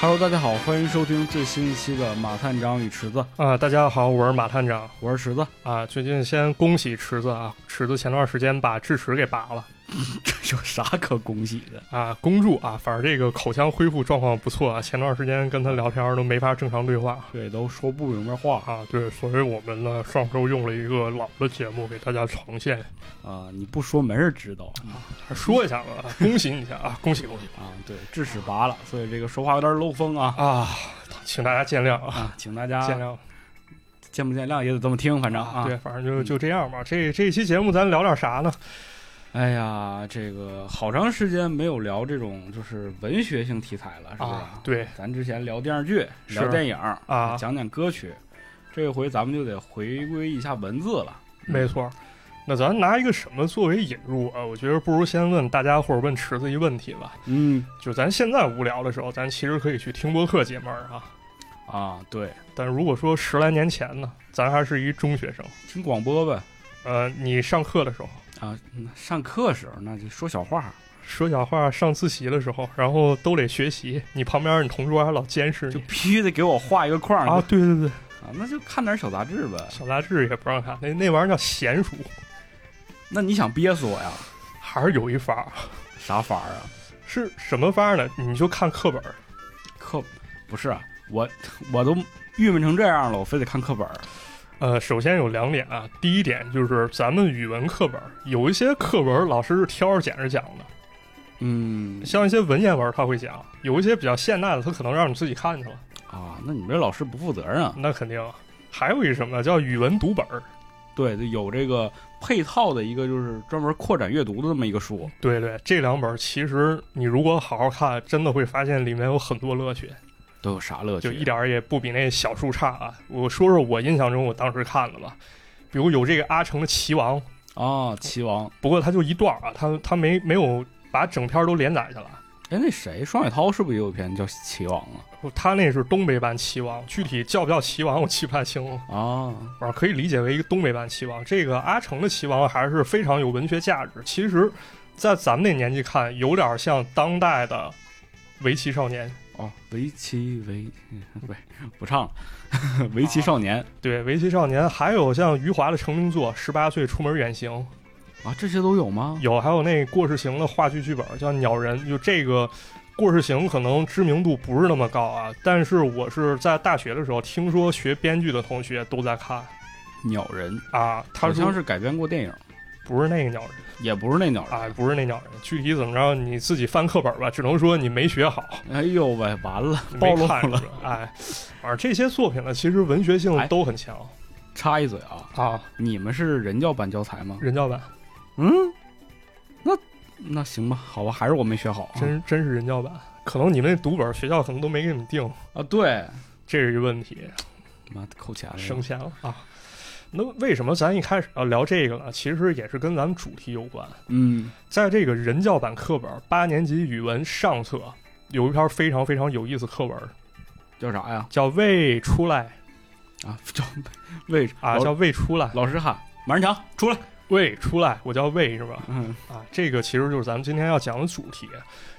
Hello，大家好，欢迎收听最新一期的《马探长与池子》，啊、大家好，我是马探长我是池子。啊。最近先恭喜池子啊，池子前段时间把智齿给拔了这 有啥可恭喜的？啊，恭祝啊，反正这个口腔恢复状况不错啊。前段时间跟他聊天都没法正常对话对，都说不明白话啊，对，所以我们呢上周用了一个老的节目给大家呈现，啊！你不说没人知道还说一下吧，啊恭喜你一下啊， 恭喜恭喜啊。对，智齿拔了，所以这个说话有点漏风啊啊，请大家见谅啊。啊，请大见家谅，见不见谅也得这么听，反正啊。对，，反正就就这样吧。这这期节目咱聊点啥呢？哎呀，这个好长时间没有聊这种就是文学性题材了，是不是？啊，对咱之前聊电视剧、是聊电影啊讲讲歌曲，这回咱们就得回归一下文字了。没错儿。那咱拿一个什么作为引入啊？我觉得不如先问大家或者问池子一问题吧。嗯就咱现在无聊的时候，咱其实可以去听播客解闷儿啊。啊，对，但如果说十来年前呢，咱还是一中学生，听广播呗。呃，你上课的时候啊，嗯上课时候那就说小话，说小话，上自习的时候，然后都得学习，你旁边你同桌还老监视就你必须得给我画一个框啊。啊对对对，啊，那就看点小杂志呗。小杂志也不让看，那那玩意儿叫娴熟，那你想憋死我呀？还是有一法儿，啥法儿啊？是什么法儿呢？你就看课本儿。课不是啊我，我都郁闷成这样了，我非得看课本儿呃，首先有两点啊，第一点就是咱们语文课本儿有一些课文儿老师是挑着拣着讲的，嗯像一些文言文儿他会讲，有一些比较现代的他可能让你自己看去了，啊，那你们这老师不负责任啊。那肯定啊。还有一什么叫语文读本儿？对，就有这个配套的一个，就是专门扩展阅读的这么一个书。对对，这两本儿其实你如果好好看，真的会发现里面有很多乐趣，都有啥乐趣？啊就一点儿也不比那小书差啊。我说说我印象中我当时看的吧，比如有这个阿城的《棋王》，啊，棋王。不过它就一段儿啊，它它没没有把整篇儿都连载下来。哎，那谁，双雪涛是不是也有一篇叫《棋王》啊他那是东北版棋王，具体叫不叫棋王我记不太清了，啊？啊，反正可以理解为一个东北版棋王。这个阿城的棋王还是非常有文学价值。其实，在咱们那年纪看，有点像当代的围棋少年。哦，围棋围， 不是不唱了， 围棋少年对，围棋少年，还有像余华的成名作《十八岁出门远行》，啊，这些都有吗？有还有那过世行的话剧剧本叫《鸟人》，就这个过世行可能知名度不是那么高啊，但是我是在大学的时候听说学编剧的同学都在看鸟人，啊，好他说像是改编过电影，不是那个鸟人。也不是那鸟人。啊，不是那鸟人，具体怎么着你自己翻课本吧，只能说你没学好，哎呦喂，完了， 你暴没露看了。着。哎，反正这些作品呢，其实文学性哎都很强、插一嘴啊，啊。你们是人教版教材吗？人教版嗯，那那行吧，好吧，还是我没学好啊。真、真是人教版，可能你们那读本学校可能都没给你们定，啊，对，这是一个问题，妈扣钱了。省钱了啊。那为什么咱一开始要聊这个呢？其实也是跟咱们主题有关。嗯在这个人教版课本八年级语文上册有一篇非常非常有意思课文，叫啥呀？叫《未出来啊， 叫为》啊，老叫《未出来》，老师喊马仁强出来。未出来，我叫未是吧？嗯，啊，这个其实就是咱们今天要讲的主题。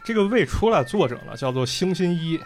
这个未出来作者呢，叫做星新一，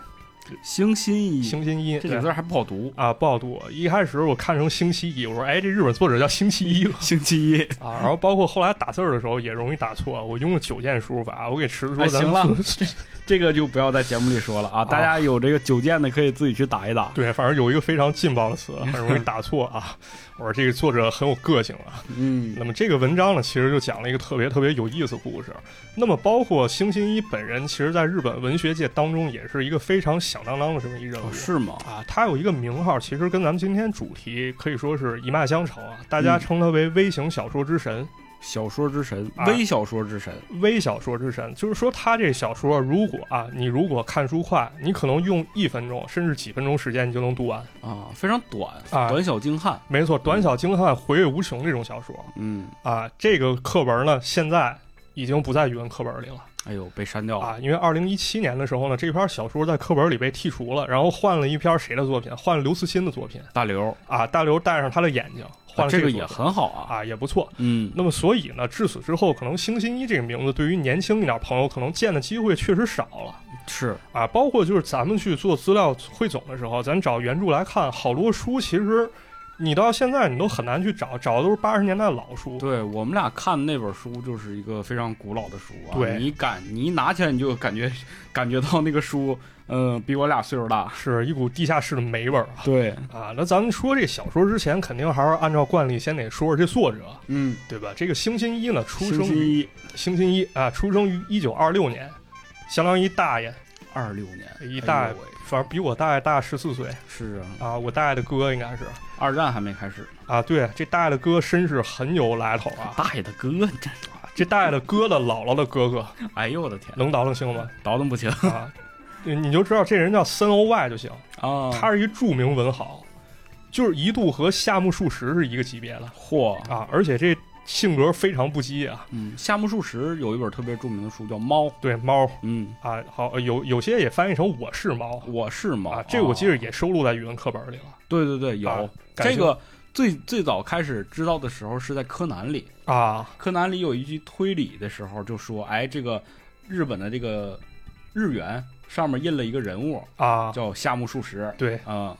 星新一，星新嗯一这几个对字还不好 读。啊，不好读。一开始我看成星期一，我说哎，这日本作者叫星期一 了星期一，啊。然后包括后来打字儿的时候也容易打错，我用了九键输入法，我给池子说哎咱们、行这个就不要在节目里说了啊！大家有这个九剑的可以自己去打一打。 对，反正有一个非常劲爆的词，很容易打错啊。我说这个作者很有个性啊。嗯 那么这个文章呢，其实就讲了一个特别特别有意思的故事。那么包括星新一本人，其实在日本文学界当中也是一个非常响当当的这么一人物。哦，是吗？啊，他有一个名号，其实跟咱们今天主题可以说是一脉相承啊。大嗯家称他为微型小说之神、小说之神啊，微小说之神，微小说之神，就是说他这小说，如果啊，你如果看书快，你可能用一分钟甚至几分钟时间你就能读完。啊，非常短，啊短小精悍。没错，短小精悍、回味无穷这种小说嗯啊，这个课文呢，现在已经不在语文课本里了。哎呦，被删掉了。啊，因为二零一七年的时候呢，这篇小说在课本里被剔除了，然后换了一篇谁的作品？换了刘慈欣的作品大刘，啊，大刘戴上他的眼睛，啊换了这个个也作品很好啊。啊，也不错。嗯，那么，所以呢，至此之后，可能星新一这个名字对于年轻一点朋友，可能见的机会确实少了是啊。包括就是咱们去做资料汇总的时候，咱找原著来看，好多书其实你到现在你都很难去找，找的都是八十年代老书。对我们俩看那本书就是一个非常古老的书啊。对你感你一拿起来你就感觉 感觉到那个书，嗯、比我俩岁数大。是一股地下室的霉味儿啊！对，啊，那咱们说这小说之前，肯定还是按照惯例先得说说这作者，嗯，对吧？这个星新一呢，出星生于期一星新一啊，出生于一九二六年，相当于一大爷，二六年，一大哎爷呦喂反正比我大爷大十四岁是啊，啊，我大爷的哥应该是二战还没开始呢。啊，对，这大爷的哥真是很有来头啊，大爷的哥，你这这大爷的哥的姥姥的哥哥，哎呦我的天，能倒腾清吗？倒腾不清啊，你就知道这人叫森欧外就行，啊他是一著名文豪，就是一度和夏目漱石是一个级别的嚯，啊，而且这性格非常不羁啊，嗯，夏目漱石有一本特别著名的书叫《猫》，对猫嗯，啊，好有有些也翻译成我是猫。我是猫啊，这我记得哦也收录在语文课本里了。对对对，有、啊感这谢个最最早开始知道的时候是在柯南里，啊，柯南里有一句推理的时候就说，哎，这个日本的这个日元上面印了一个人物啊，叫夏目漱石，对，嗯，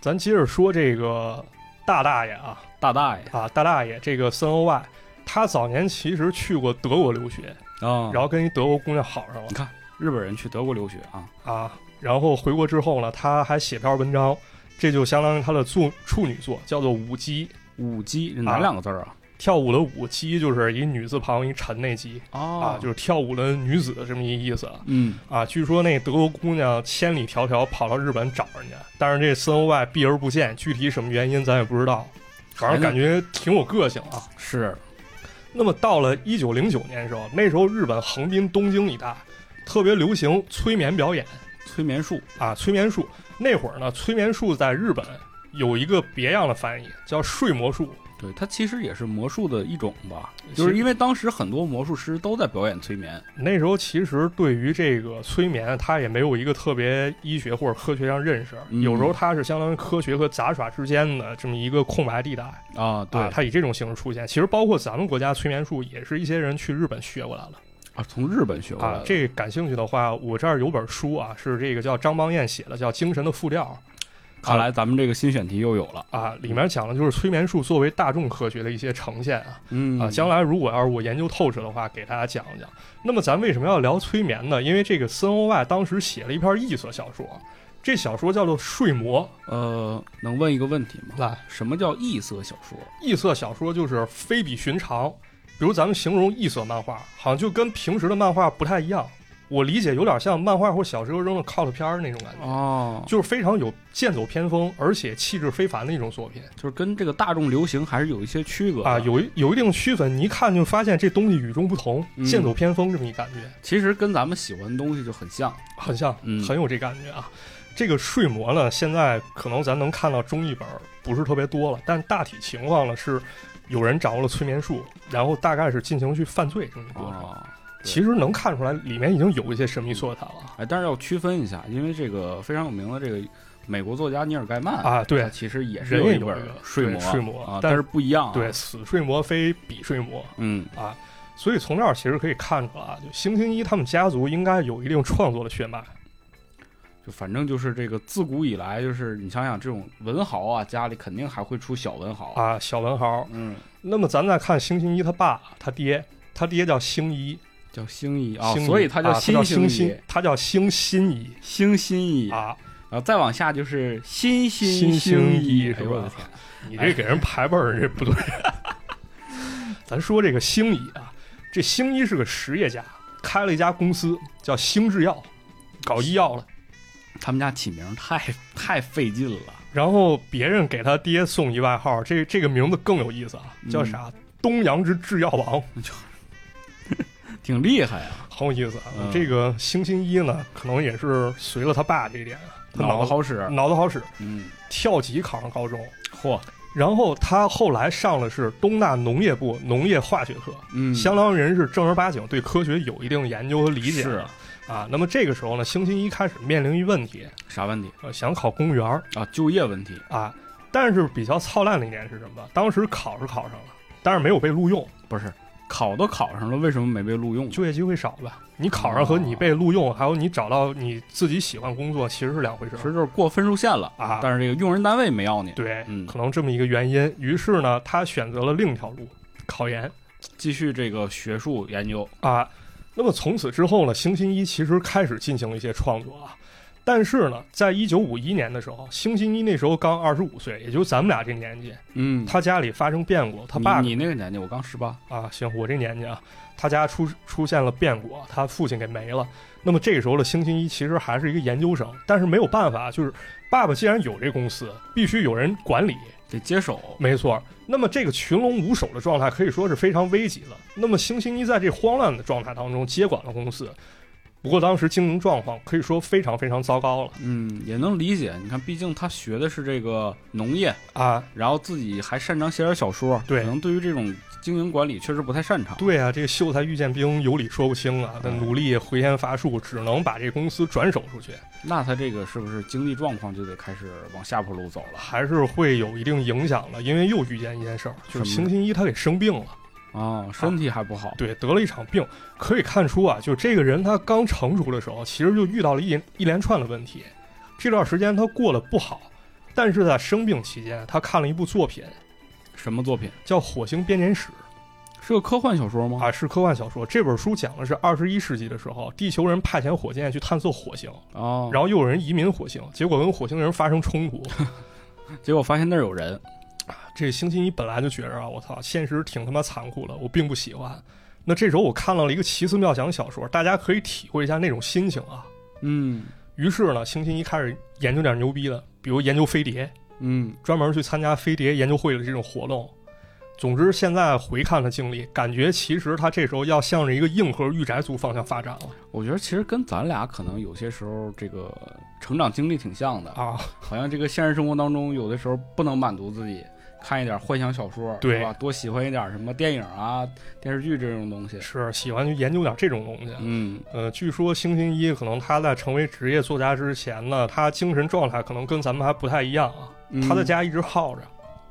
咱接着说这个大大爷啊大大爷啊，大大爷这个森欧外，他早年其实去过德国留学，啊，然后跟一德国姑娘好上了你看日本人去德国留学啊，啊，然后回国之后呢，他还写篇文章，这就相当于他的处处女作，叫做《舞姬》，舞姬啊哪两个字儿啊？跳舞的舞，姬就是一女字旁一臣那姬啊，哦就是跳舞的女子这么一意思。嗯，啊，据说那德国姑娘千里迢迢跑到日本找人家，但是这森欧外避而不见，具体什么原因咱也不知道，反正感觉挺有个性啊。是那么到了一九零九年的时候，那时候日本横滨、东京一带特别流行催眠表演催眠术啊，催眠术。那会儿呢，催眠术在日本有一个别样的翻译，叫睡魔术。对，它其实也是魔术的一种吧，其就实是因为当时很多魔术师都在表演催眠，那时候其实对于这个催眠，它也没有一个特别医学或者科学上认识，嗯有时候它是相当于科学和杂耍之间的这么一个空白地带。啊，对啊，它以这种形式出现。其实包括咱们国家催眠术，也是一些人去日本学过来了啊，从日本学过来啊的。。这感兴趣的话，我这儿有本书啊，是这个叫张邦彦写的，叫《精神的复调看来咱们这个新选题又有了》啊，里面讲的就是催眠术作为大众科学的一些呈现啊。嗯啊，将来来如果要是我研究透彻的话，给大家讲一讲。那么咱为什么要聊催眠呢？因为这个森欧外当时写了一篇异色小说，这小说叫做《睡魔呃，能问一个问题吗》。？来，什么叫异色小说？异色小说就是非比寻常，比如咱们形容异色漫画，好像就跟平时的漫画不太一样。我理解有点像漫画或小时候扔的 cult 片儿那种感觉，哦，就是非常有剑走偏锋，而且气质非凡的一种作品就是跟这个大众流行还是有一些区隔的啊，。有一有一定区分。你一看就发现这东西与众不同，嗯剑走偏锋这么一感觉，其实跟咱们喜欢的东西就很像。很像，嗯很有这感觉啊。这个睡魔呢，现在可能咱能看到中译本儿不是特别多了，但大体情况呢是，有人掌握了催眠术，然后大概是进行去犯罪这么一个过程。哦，对其实能看出来里面已经有一些神秘色彩了哎，但是要区分一下，因为这个非常有名的这个美国作家尼尔盖曼，啊！他对其实也是人也有一有本这个睡对魔睡魔啊，但但是是不一样。对，，死睡魔非彼睡魔，啊嗯，所以从这儿其实可以看出来啊，就星星一他们家族应该有一定创作的血脉就反正就是这个自古以来，就是你想想这种文豪啊，家里肯定还会出小文豪。啊，小文豪。嗯，那么咱再看星星一他爸他爹，他爹叫星一，叫星一啊，星一所以他叫啊新星一，星，他叫星新一星星一，啊。然后再往下就是新新星星一哎是呦吧我的天，你这给人排辈儿，这不对。 咱说这个星一啊，这星一是个实业家，开了一家公司叫星制药，搞医药的。他们家起名太太费劲了，然后别人给他爹送一外号，这这个名字更有意思啊，嗯叫啥？东洋之制药王，挺厉害啊，很有意思啊。嗯这个星星一呢，可能也是随了他爸这一点啊，他脑脑子好使。脑子好使，嗯，跳级考上高中，嚯，然后他后来上了是东大农业部农业化学科，嗯，相当于人是正儿八经对科学有一定研究和理解是的啊啊。那么这个时候呢，星期一开始面临一问题，啥问题呃，想考公务员儿啊？就业问题啊，但是比较操烂的一点是什么？当时考是考上了，但是没有被录用，不是考都考上了，为什么没被录用呢？就业机会少吧？你考上哦和你被录用，还有你找到你自己喜欢工作，其实是两回事其儿。实就是过分数线了啊但是这个用人单位没要你，对，嗯可能这么一个原因。于是呢，他选择了另一条路，考研继续这个学术研究，啊。那么从此之后呢，星期一其实开始进行了一些创作啊。但是呢，在一九五一年的时候，星期一那时候刚二十五岁，也就咱们俩这年纪，嗯，他家里发生变故，他爸你你那个年纪，我刚十八，啊，行，我这年纪啊，他家出出现了变故，他父亲给没了。那么这个时候的星期一其实还是一个研究生，但是没有办法，就是爸爸既然有这公司，必须有人管理。得接手，没错，那么这个群龙无首的状态可以说是非常危急了。那么星期一在这慌乱的状态当中接管了公司，不过当时经营状况可以说非常非常糟糕了嗯，也能理解。你看，毕竟他学的是这个农业，啊。然后自己还擅长写点小说，对可能对于这种经营管理确实不太擅长。对啊，这个秀才遇见兵，有理说不清啊。他嗯努力回天乏术，只能把这公司转手出去。那他这个是不是经济状况就得开始往下坡路走了还是会有一定影响的，因为又遇见一件事儿，就是星期一他给生病了，啊？身体还不好，对，得了一场病。可以看出啊，就这个人他刚成熟的时候，其实就遇到了一一连串的问题。这段时间他过得不好，但是在生病期间，他看了一部作品，什么作品？叫《火星编年史是个科幻小说》吗？啊，是科幻小说。这本书讲的是二十一世纪的时候，地球人派遣火箭去探索火星，哦，然后又有人移民火星，结果跟火星人发生冲突。结果发现那儿有人，这星期一本来就觉着啊，我操，现实挺他妈残酷的，我并不喜欢。那这时候我看到了一个奇思妙想小说，大家可以体会一下那种心情啊。嗯于是呢，星期一开始研究点牛逼的，比如研究飞碟，嗯，专门去参加飞碟研究会的这种活动。总之，现在回看他经历，感觉其实他这时候要向着一个硬核御宅族方向发展了我觉得其实跟咱俩可能有些时候这个成长经历挺像的，啊。好像这个现实生活当中有的时候不能满足自己，看一点幻想小说，对是吧？多喜欢一点什么电影啊、电视剧这种东西。是喜欢去研究点这种东西。嗯，呃，据说星期一可能他在成为职业作家之前呢，他精神状态可能跟咱们还不太一样啊。他在在家一直耗着，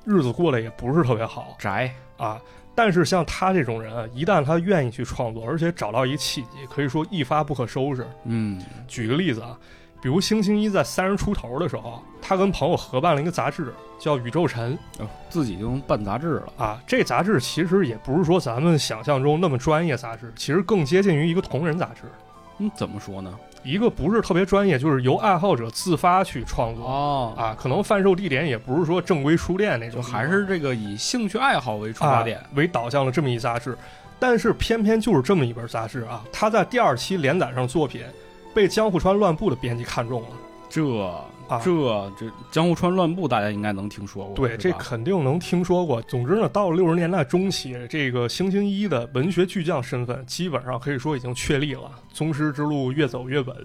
日子过得也不是特别好宅，啊。但是像他这种人啊，一旦他愿意去创作，而且找到一个契机，可以说一发不可收拾。嗯举个例子啊，比如星期一在三十出头的时候，他跟朋友合办了一个杂志，叫《宇宙尘哦自己就能办杂志了。》啊。这杂志其实也不是说咱们想象中那么专业杂志，其实更接近于一个同人杂志，嗯，怎么说呢？一个不是特别专业，就是由爱好者自发去创作。哦，啊，可能贩售地点也不是说正规书店那种就地方，还是这个以兴趣爱好为出发点啊。为导向了这么一杂志，但是偏偏就是这么一本杂志啊，它在第二期连载上作品被江户川乱步的编辑看中了。这啊这这江户川乱步，大家应该能听说过。对，是这吧肯定能听说过。总之呢，到六十年代中期，这个星星一的文学巨匠身份基本上可以说已经确立了，宗师之路越走越稳。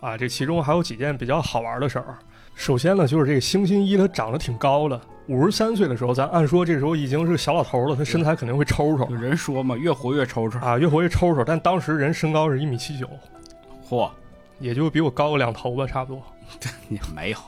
啊，这其中还有几件比较好玩的事儿。首先呢，就是这个星星一他长得挺高的，五十三岁的时候，咱按说这时候已经是小老头了，他身材肯定会抽抽有人说嘛，越活越抽抽。啊，越活越抽抽。但当时人身高是一米七九，嚯，也就比我高个两头吧，差不多。你没有，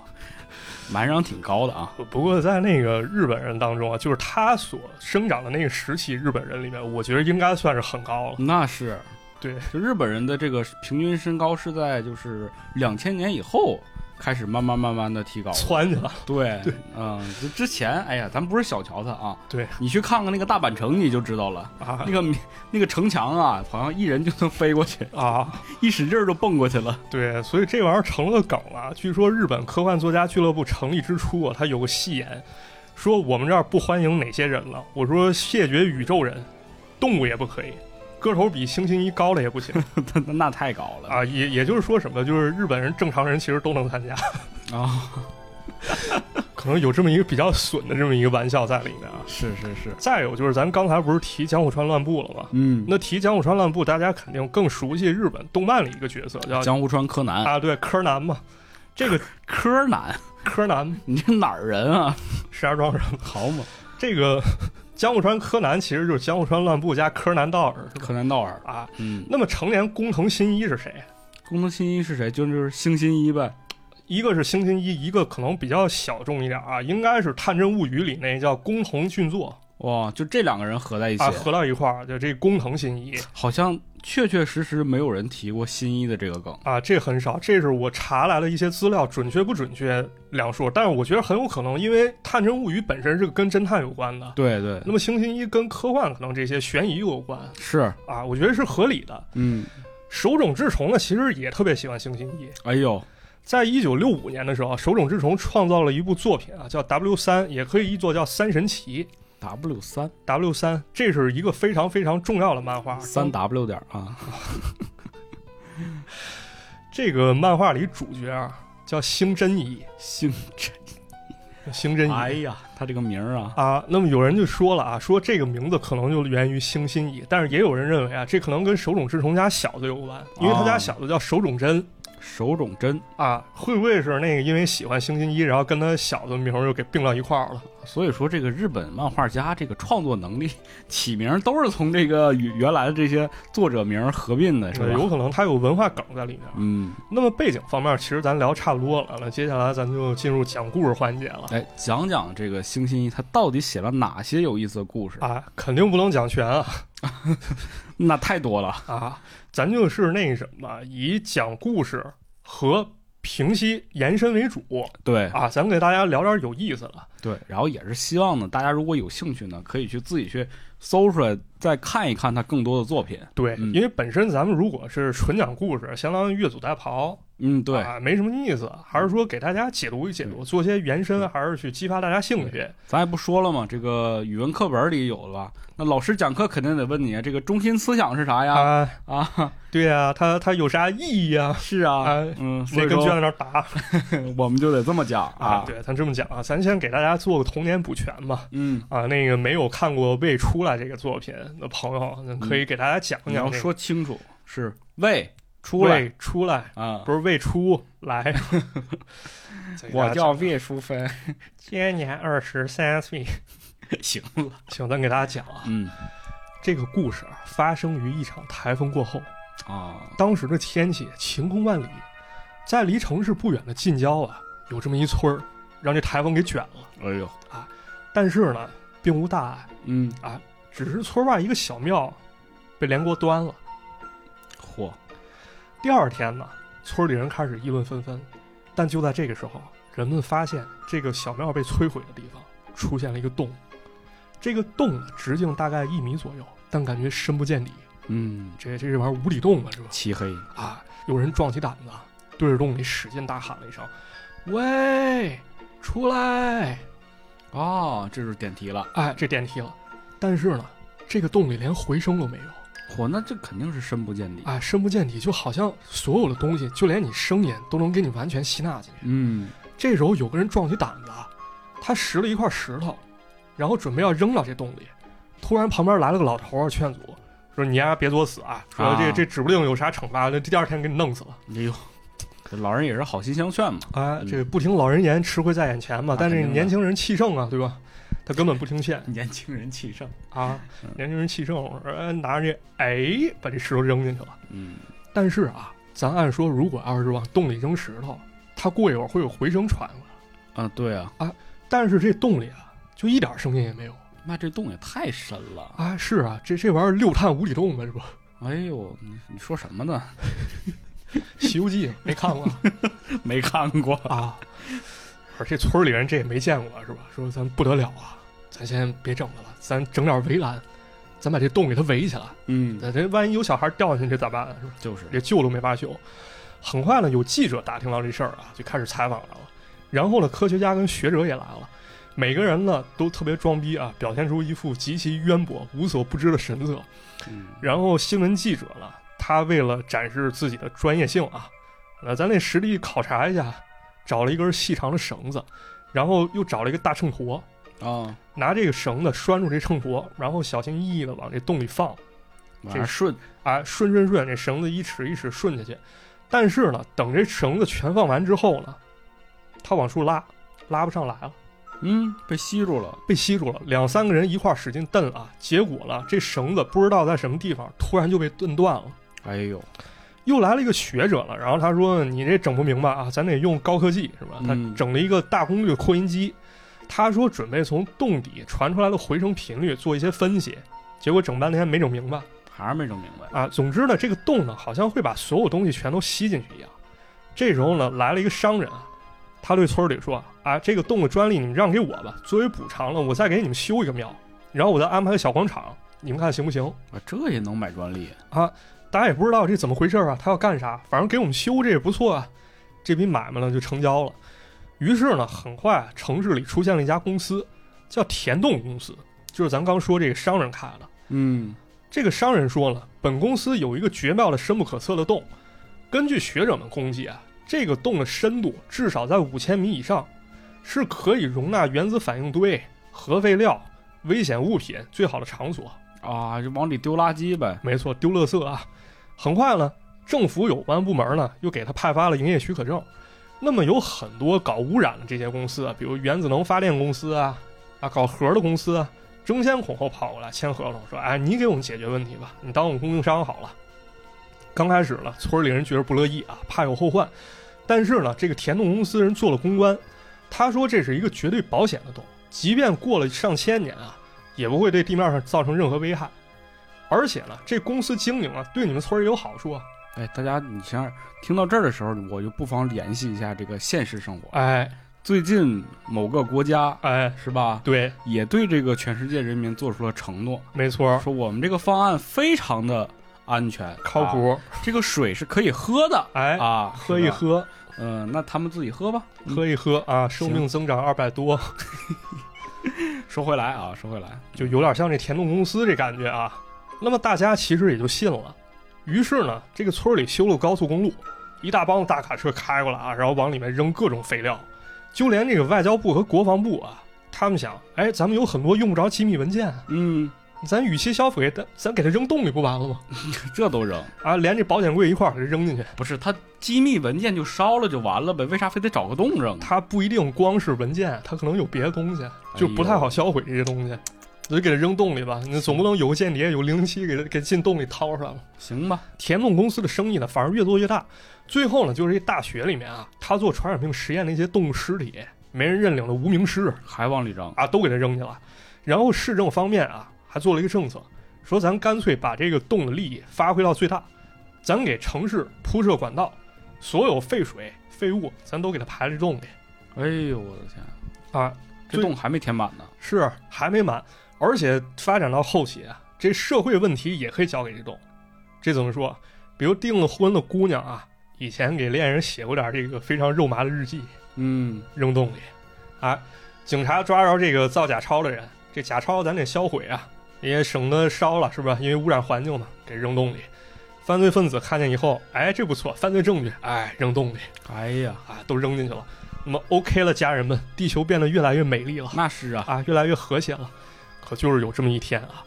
蛮长挺高的啊。不不过在那个日本人当中啊，就是他所生长的那个时期日本人里面，我觉得应该算是很高了。那是，对，就日本人的这个平均身高是在就是两千年以后开始慢慢慢慢的提高的。窜去了， 对，嗯，就之前，哎呀，咱不是小瞧他啊，对你去看看那个大阪城，你就知道 了。啊那个那个城墙啊，好像一人就能飞过去， 啊！一使劲儿就蹦过去了。 对，所以这玩意儿成了个梗了。据说日本科幻作家俱乐部成立之初啊，他有个戏言，说我们这儿不欢迎哪些人了。我说谢绝宇宙人，动物也不可以，个头比星星一高了也不行 那那太高了啊。也也就是说什么，就是日本人正常人其实都能参加，啊！可能有这么一个比较损的这么一个玩笑在里面啊。是是是，再有就是咱刚才不是提江户川乱步了吗？嗯，那提江户川乱步，大家肯定更熟悉日本动漫里一个角色叫啊江户川柯南，啊，对，柯南嘛。这个柯南 柯南你这哪儿人啊？ 石家庄人，好嘛，这个江户川柯南其实就是江户川乱步加柯南道尔是吧柯南道尔。啊。嗯，那么成年工藤新一是谁？工藤新一是谁？就就是星新一呗。一个是星新一，一个可能比较小众一点啊，应该是《探侦物语》里那叫工藤俊作哇，就这两个人合在一起，啊，合到一块儿就这工藤新一好像确确实实没有人提过新一的这个梗。啊，这很少，这是我查来的一些资料，准确不准确两说，但是我觉得很有可能，因为《探侦物语》本身是跟侦探有关的，对对，那么星新一跟科幻可能这些悬疑有关是，啊，我觉得是合理的。嗯，手冢治虫呢，其实也特别喜欢星星一。哎呦，在一九六五年的时候，手冢治虫创造了一部作品啊，叫 W 三，也可以译作叫《三神奇》。 W 三 W 三，这是一个非常非常重要的漫画。三 W 点儿啊，这个漫画里主角啊叫星真一，星星真一。哎呀，他这个名儿啊，啊，那么有人就说了啊，说这个名字可能就源于星星一，但是也有人认为啊，这可能跟手冢治虫家小子有关，因为他家哦小子叫手冢真，手冢真，啊，会不会是那个因为喜欢星星一，然后跟他小子名儿又给并到一块儿了？所以说这个日本漫画家这个创作能力起名儿都是从这个原原来的这些作者名儿合并的，是吧？有可能他有文化梗在里面。嗯，那么背景方面，其实咱聊差不多了，那接下来咱就进入讲故事环节了。哎，讲讲这个星星一他到底写了哪些有意思的故事？啊，肯定不能讲全啊那太多了。啊！咱就是那什么，以讲故事和平息延伸为主对啊，咱给大家聊点有意思的。对，然后也是希望呢，大家如果有兴趣呢，可以去自己去搜出来，再看一看他更多的作品。对，嗯因为本身咱们如果是纯讲故事，相当于越俎代庖，嗯，对，嗯啊，没什么意思，还是说给大家解读一解读，做些延伸，还是去激发大家兴趣咱也不说了嘛，这个语文课本里有了吧？那老师讲课肯定得问你，这个中心思想是啥呀？啊？啊，对呀、它它有啥意义呀、是啊，啊嗯，直所接以跟卷说子那儿答我们就得这么讲啊，对，咱这么讲啊，咱先给大家做个童年补全吧。嗯，啊，那个没有看过《未出来》这个作品的朋友，那可以给大家讲嗯你讲、要那个说清楚是未出来未出来，啊，不是未出 来。我叫魏淑芬，今年二十三岁。 行了，行，咱给大家讲啊，嗯这个故事啊发生于一场台风过后。啊，当时的天气晴空万里，在离城市不远的近郊啊，有这么一村儿，让这台风给卷了。哎呦，但是呢，并无大碍，嗯，只是村外一个小庙被连锅端了。嚯，第二天呢，村里人开始议论纷纷。但就在这个时候，人们发现这个小庙被摧毁的地方出现了一个洞，这个洞呢直径大概一米左右，但感觉深不见底。嗯，这这玩意儿无底洞啊，是吧？漆黑，啊，有人壮起胆子，对着洞里使劲大喊了一声：“喂，出来哦，这就是点题了，！”哎，这电梯了。但是呢，这个洞里连回声都没有，嚯，那这肯定是深不见底，哎，深不见底，就好像所有的东西，就连你声音都能给你完全吸纳进去。嗯，这时候有个人壮起胆子，啊他拾了一块石头，然后准备要扔到这洞里。突然旁边来了个老头儿劝阻，说：“你呀，别作死啊！说这啊这指不定有啥惩罚，这第二天给你弄死了。”哎呦，这老人也是好心相劝嘛，啊，嗯这不听老人言，吃亏在眼前嘛。那但是肯定的年轻人气盛啊，对吧？他根本不听劝 年轻人气盛，啊嗯，年轻人气盛，呃，拿着这哎，把这石头扔进去了。嗯，但是啊，咱按说，如果要是往洞里扔石头，它过一会儿会有回声传过来。啊，对啊，但是这洞里啊，就一点声音也没有那这洞也太深了，啊。是啊，这这玩意儿六探无底洞嘛，是吧？ 哎呦，你你说什么呢？ 《西游记》没看过没看过，啊，而这村里人这也没见过，是吧？说咱不得了啊，咱先别整它了，咱整点围栏，咱把这洞给它围起来。嗯，那这万一有小孩掉进去咋办啊？是吧？就是，这救都没法救。很快呢，有记者打听到这事儿啊，就开始采访上了。然后呢，科学家跟学者也来了，每个人呢都特别装逼啊，表现出一副极其渊博、无所不知的神色。嗯然后新闻记者呢，他为了展示自己的专业性啊，那咱得实地考察一下，找了一根细长的绳子，然后又找了一个大秤砣，啊，拿这个绳子拴住这秤砣，然后小心翼翼的往这洞里放。晚上顺，啊，顺顺顺，这绳子一尺一尺顺下去。但是呢，等这绳子全放完之后呢，他往出拉，拉不上来了，嗯，被吸住了，被吸住了。两三个人一块儿使劲蹬啊，结果了，这绳子不知道在什么地方突然就被蹬断了。哎呦，又来了一个学者了，然后他说：“你这整不明白啊，咱得用高科技，是吧？”他嗯整了一个大功率的扩音机，他说准备从洞底传出来的回声频率做一些分析，结果整半天没整明白还是没整明白。啊。总之呢，这个洞呢好像会把所有东西全都吸进去一样。这时候呢，来了一个商人啊，他对村里说：“啊，这个洞的专利你们让给我吧，作为补偿呢，我再给你们修一个庙，然后我再安排个小广场，你们看行不行？”啊这也能买专利？大家也不知道这怎么回事儿啊，他要干啥？反正给我们修这也不错啊，这笔买卖呢就成交了。于是呢，很快啊城市里出现了一家公司，叫田洞公司，就是咱刚说这个商人开的。嗯，这个商人说了，本公司有一个绝妙的深不可测的洞，根据学者们估计啊，这个洞的深度至少在五千米以上，是可以容纳原子反应堆、核废料、危险物品最好的场所。啊，就往里丢垃圾呗。没错，丢垃圾啊。很快呢，政府有关部门呢又给他派发了营业许可证。那么有很多搞污染的这些公司啊，比如原子能发电公司啊，啊搞核的公司啊，争先恐后跑过来签合同，说：“哎，你给我们解决问题吧，你当我们供应商好了。”刚开始呢，村里人觉得不乐意啊，怕有后患。但是呢，这个田洞公司人做了公关，他说这是一个绝对保险的洞，即便过了上千年啊，也不会对地面上造成任何危害。而且呢，这公司经营啊，对你们村儿也有好处啊。哎，大家，你想想，听到这儿的时候，我就不妨联系一下这个现实生活。哎最近某个国家哎，是吧，对，也对这个全世界人民做出了承诺，没错儿，说我们这个方案非常的安全、靠啊谱。这个水是可以喝的哎，啊，喝一是吧。喝，嗯、那他们自己喝吧。嗯喝一喝啊，寿命增长二百多，说回来啊，说回来，就有点像这田洞公司这感觉啊。那么大家其实也就信了。于是呢，这个村儿里修了高速公路，一大帮子大卡车开过来啊，然后往里面扔各种废料，就连这个外交部和国防部啊，他们想，哎，咱们有很多用不着机密文件啊，嗯，咱与其消费，咱咱给它扔洞里不完了吗？这都扔啊，连这保险柜一块儿给它扔进去。不是他机密文件就烧了就完了呗，为啥非得找个洞扔啊？它不一定光是文件，它可能有别的东西，就不太好销毁这些东西。你就给它扔洞里吧，你总不能有个间谍有零零七给它给进洞里掏出来了。行吧，田洞公司的生意呢，反而越做越大，最后呢，就是这大学里面啊，他做传染病实验那些动物尸体，没人认领的无名尸还往里扔，啊，都给它扔去了。然后市政方面啊，还做了一个政策，说咱干脆把这个洞的利益发挥到最大，咱给城市铺设管道，所有废水废物咱都给它排这洞里哎呦我的天，啊，这对洞还没填满呢。是还没满，而且发展到后期啊，这社会问题也可以交给这种。这怎么说？比如订了婚的姑娘啊，以前给恋人写过点这个非常肉麻的日记，嗯，扔洞里。啊，警察抓着这个造假钞的人，这假钞咱得销毁啊，也省得烧了，是吧？因为污染环境嘛，给扔洞里。犯罪分子看见以后，哎，这不错，犯罪证据，哎，扔洞里哎呀，啊，都扔进去了。那么 OK 了，家人们，地球变得越来越美丽了。那是啊，啊，越来越和谐了。可就是有这么一天啊，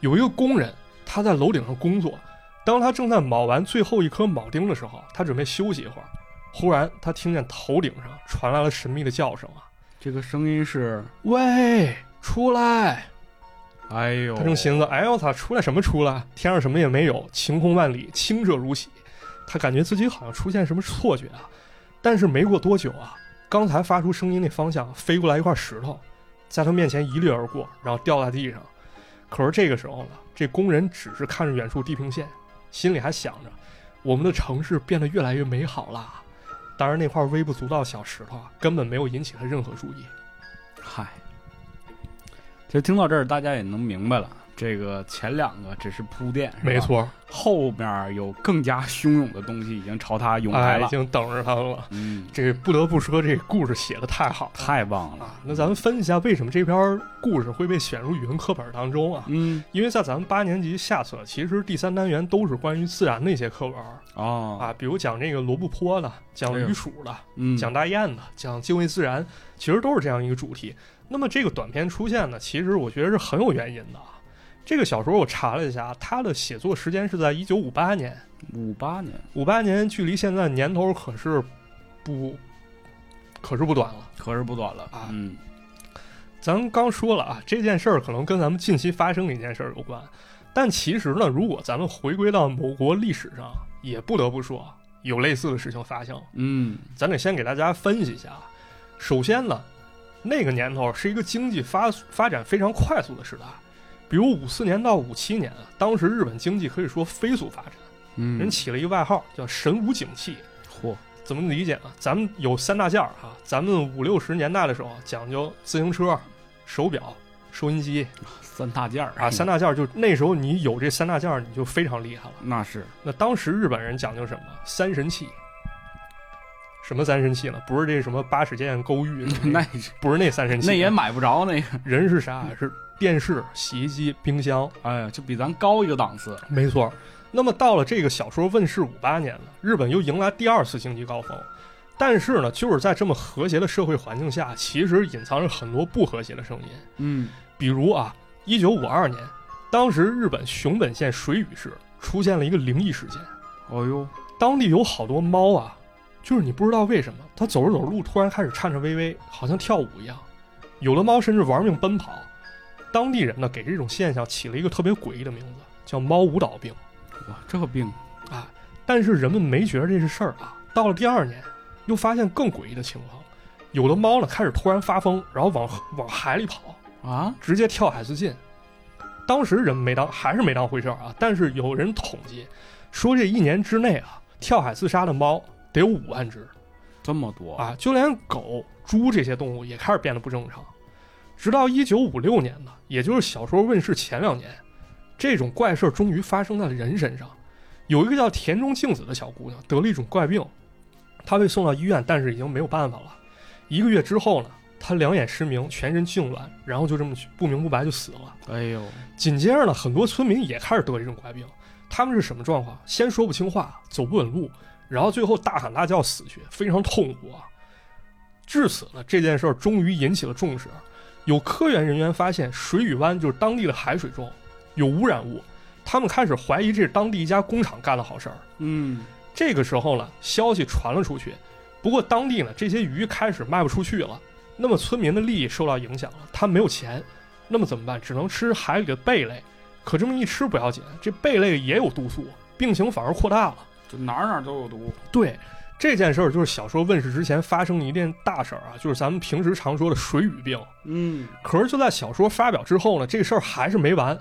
有一个工人，他在楼顶上工作，当他正在铆完最后一颗铆钉的时候，他准备休息一会儿，忽然他听见头顶上传来了神秘的叫声啊，这个声音是，喂，出来！哎呦，他正寻思，哎呦我操，出来什么出来？天上什么也没有，晴空万里，清澈如洗。他感觉自己好像出现什么错觉啊，但是没过多久啊，刚才发出声音那方向飞过来一块石头，在他面前一掠而过，然后掉在地上。可是这个时候呢，这工人只是看着远处地平线，心里还想着，我们的城市变得越来越美好啦。当然，那块微不足道的小石头啊，根本没有引起他任何注意。嗨，其实听到这儿，大家也能明白了，这个前两个只是铺垫，是吧，错，后面有更加汹涌的东西已经朝他涌来哎，了。已经等着他们了。嗯，这不得不说，这故事写的太好了太棒了。啊！那咱们分析一下为什么这篇故事会被选入语文课本当中啊？嗯，因为在咱们八年级下册，其实第三单元都是关于自然的一些课文儿哦，啊，比如讲这个罗布泊的，讲哎呦鱼鼠的，嗯，讲大雁的，讲敬畏自然，其实都是这样一个主题。那么这个短片出现呢，其实我觉得是很有原因的啊。这个小说我查了一下，它的写作时间是在一九五八年，五八年，五八年距离现在年头可是不可是不短了。可是不短了啊嗯咱刚说了啊，这件事儿可能跟咱们近期发生的一件事儿有关，但其实呢，如果咱们回归到某国历史上，也不得不说有类似的事情发生。嗯咱得先给大家分析一下啊。首先呢，那个年头是一个经济发发展非常快速的时代，比如五四年到五七年啊，当时日本经济可以说飞速发展，嗯，人起了一个外号叫“神武景气嚯，”。怎么理解呢？咱们有三大件儿哈、咱们五六十年代的时候讲究自行车、手表、收音机三大件儿啊，三大件儿就那时候你有这三大件儿你就非常厉害了。 那是，那当时日本人讲究什么？三神器。什么三神器呢？不是这什么八尺剑、勾玉 那不是那三神器。啊那也买不着那个，人是啥？是电视、洗衣机、冰箱。哎呀，就比咱高一个档次。没错。那么到了这个小说问世五八年了，日本又迎来第二次经济高峰。但是呢，就是在这么和谐的社会环境下，其实隐藏着很多不和谐的声音。嗯比如啊，一九五二年，当时日本熊本县水俣市出现了一个灵异事件。哦呦，当地有好多猫啊，就是你不知道为什么，它走着走着路突然开始颤颤巍巍，好像跳舞一样。有的猫甚至玩命奔跑。当地人呢，给这种现象起了一个特别诡异的名字，叫“猫舞蹈病哇，这个病，”啊。但是人们没觉得这是事儿啊。到了第二年，又发现更诡异的情况，有的猫呢开始突然发疯，然后往往海里跑，啊，直接跳海自尽。当时人没当还是没当回事儿啊，但是有人统计说，这一年之内啊，跳海自杀的猫得有五万只这么多，啊，就连狗、猪这些动物也开始变得不正常。直到一九五六年呢，也就是小说问世前两年，这种怪事儿终于发生在了人身上。有一个叫田中静子的小姑娘得了一种怪病，她被送到医院，但是已经没有办法了。一个月之后呢，她两眼失明，全身痉挛，然后就这么去不明不白就死了。哎呦，紧接着呢，很多村民也开始得这种怪病。他们是什么状况？先说不清话，走不稳路，然后最后大喊大叫死去，非常痛苦啊！至此呢，这件事儿终于引起了重视。有科研人员发现，水俣湾就是当地的海水中有污染物，他们开始怀疑这是当地一家工厂干的好事儿。嗯，这个时候呢，消息传了出去，不过当地呢，这些鱼开始卖不出去了，那么村民的利益受到影响了，他没有钱，那么怎么办？只能吃海里的贝类，可这么一吃不要紧，这贝类也有毒素，病情反而扩大了。就哪儿哪儿都有毒。对这件事儿，就是小说问世之前发生的一件大事儿啊，就是咱们平时常说的水俣病。嗯，可是就在小说发表之后呢，这事儿还是没完。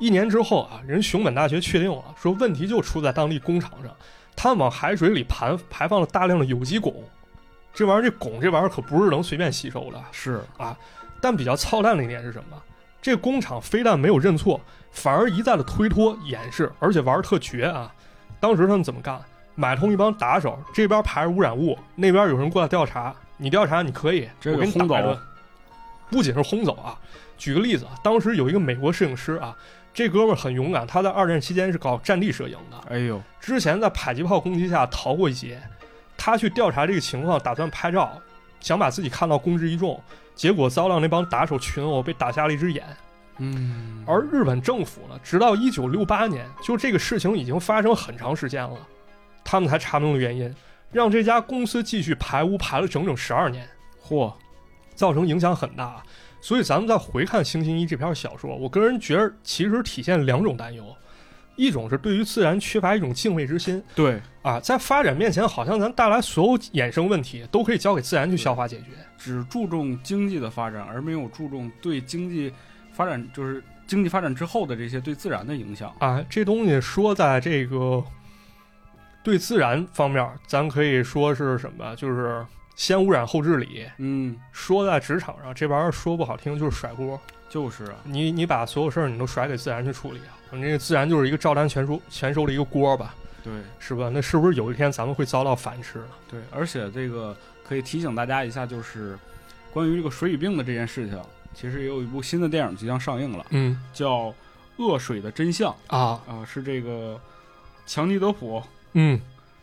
一年之后啊，人熊本大学确定了，说问题就出在当地工厂上，他们往海水里排排放了大量的有机汞。这玩意儿，这汞这玩意儿可不是能随便吸收的。啊是，但比较操蛋的一点是什么？这工厂非但没有认错，反而一再的推脱掩饰，而且玩儿特绝啊！当时他们怎么干？买通一帮打手，这边排着污染物，那边有人过来调查，你调查你可以，这个我给你轰走打着。不仅是轰走啊，举个例子啊，当时有一个美国摄影师啊，这哥们儿很勇敢，他在二战期间是搞战地摄影的，哎呦，之前在迫击炮攻击下逃过一劫，他去调查这个情况，打算拍照，想把自己看到公之一众，结果遭到那帮打手群殴，被打瞎了一只眼。嗯，而日本政府呢，直到一九六八年，就这个事情已经发生很长时间了，他们才查明了原因，让这家公司继续排污排了整整十二年，嚯，造成影响很大。所以咱们再回看《星星一》这篇小说，我个人觉得其实体现两种担忧，一种是对于自然缺乏一种敬畏之心，对，啊，在发展面前，好像咱带来所有衍生问题都可以交给自然去消化解决。只注重经济的发展，而没有注重对经济发展，就是经济发展之后的这些对自然的影响。啊，这东西说在这个对自然方面，咱可以说是什么？就是先污染后治理。嗯，说在职场上，这玩意儿说不好听就是甩锅，就是啊，你你把所有事儿你都甩给自然去处理啊，你这个自然就是一个照单全收全收的一个锅吧，对是吧？那是不是有一天咱们会遭到反噬呢？对，而且这个可以提醒大家一下，就是关于这个水俣病的这件事情，其实也有一部新的电影即将上映了，嗯叫《恶水的真相》啊，啊、是这个强尼德普、嗯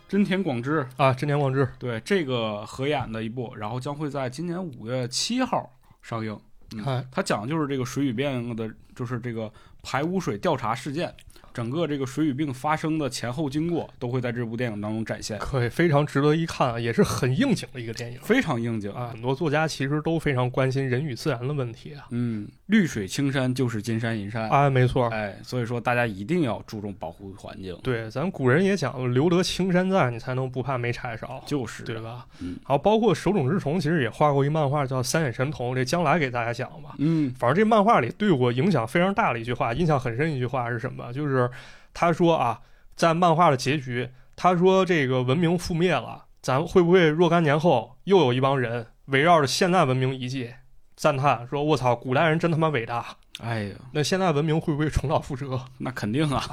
真田广之啊，真田广之对这个合演的一部，然后将会在今年五月七号上映。嗯哎它讲的就是这个水俣病的，就是这个排污水调查事件，整个这个水俣病发生的前后经过都会在这部电影当中展现，可以非常值得一看啊，也是很应景的一个电影非常应景啊。很多作家其实都非常关心人与自然的问题啊。嗯，绿水青山就是金山银山，啊，没错，哎，所以说大家一定要注重保护环境，对，咱古人也讲“留得青山在，你才能不怕没柴烧”，就是对吧？嗯然后包括手冢治虫其实也画过一漫画叫《三眼神童》，这将来给大家讲吧。嗯反正这漫画里对我影响非常大的一句话，印象很深一句话是什么？就是他说啊，在漫画的结局，他说这个文明覆灭了，咱会不会若干年后又有一帮人围绕着现代文明遗迹赞叹说：“我操，古代人真他妈伟大！”哎呀，那现代文明会不会重蹈覆辙？那肯定啊，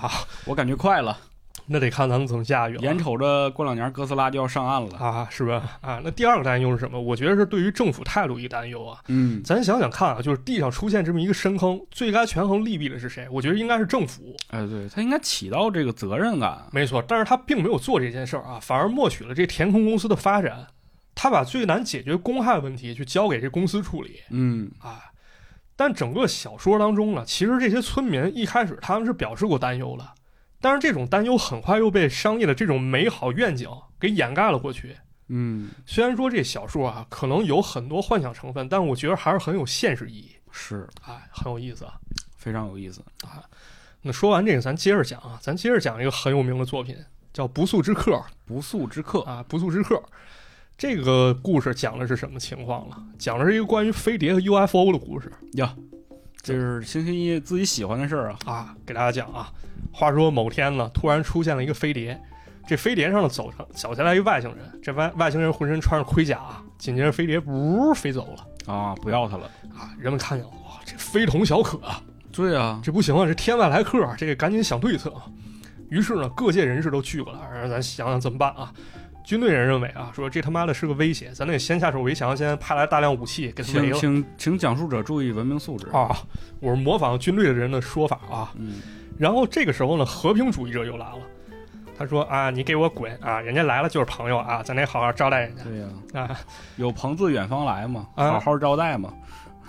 我感觉快了， 那得看咱们怎么驾驭了。眼瞅着过两年哥斯拉就要上岸了，啊，是吧？啊，那第二个担忧是什么？我觉得是对于政府态度一担忧啊。嗯，咱想想看啊，就是地上出现这么一个深坑，最该权衡利弊的是谁？我觉得应该是政府，哎，对他应该起到这个责任感，没错。但是他并没有做这件事儿啊，反而默许了这填空公司的发展，他把最难解决公害问题去交给这公司处理嗯啊。但整个小说当中呢，其实这些村民一开始他们是表示过担忧的，但是这种担忧很快又被商业的这种美好愿景给掩盖了过去。嗯，虽然说这小说啊可能有很多幻想成分，但我觉得还是很有现实意义，是哎，很有意思啊。非常有意思，那说完这个，咱接着讲啊，咱接着讲一个很有名的作品，叫《不速之客》不速之客，啊，《不速之客》这个故事讲的是什么情况了？讲的是一个关于飞碟和 UFO 的故事这是星星一自己喜欢的事儿啊，啊，给大家讲啊。话说某天呢，突然出现了一个飞碟，这飞碟上呢走上走下来一外星人，这外外星人浑身穿着盔甲啊，紧接着飞碟呜飞走了啊，不要他了，啊，人们看见哇，这非同小可啊。对啊，这不行啊，这天外来客啊，这个赶紧想对策啊。于是呢，各界人士都聚过来，让咱想想怎么办啊。军队人认为啊，说这他妈的是个威胁，咱得先下手为强，先派来大量武器给他请围了请请讲述者注意文明素质，啊。我是模仿军队的人的说法啊。嗯，然后这个时候呢，和平主义者又来了，他说啊，你给我滚啊，人家来了就是朋友啊，咱得好好招待人对呀、家啊。有朋自远方来嘛，啊好好招待嘛，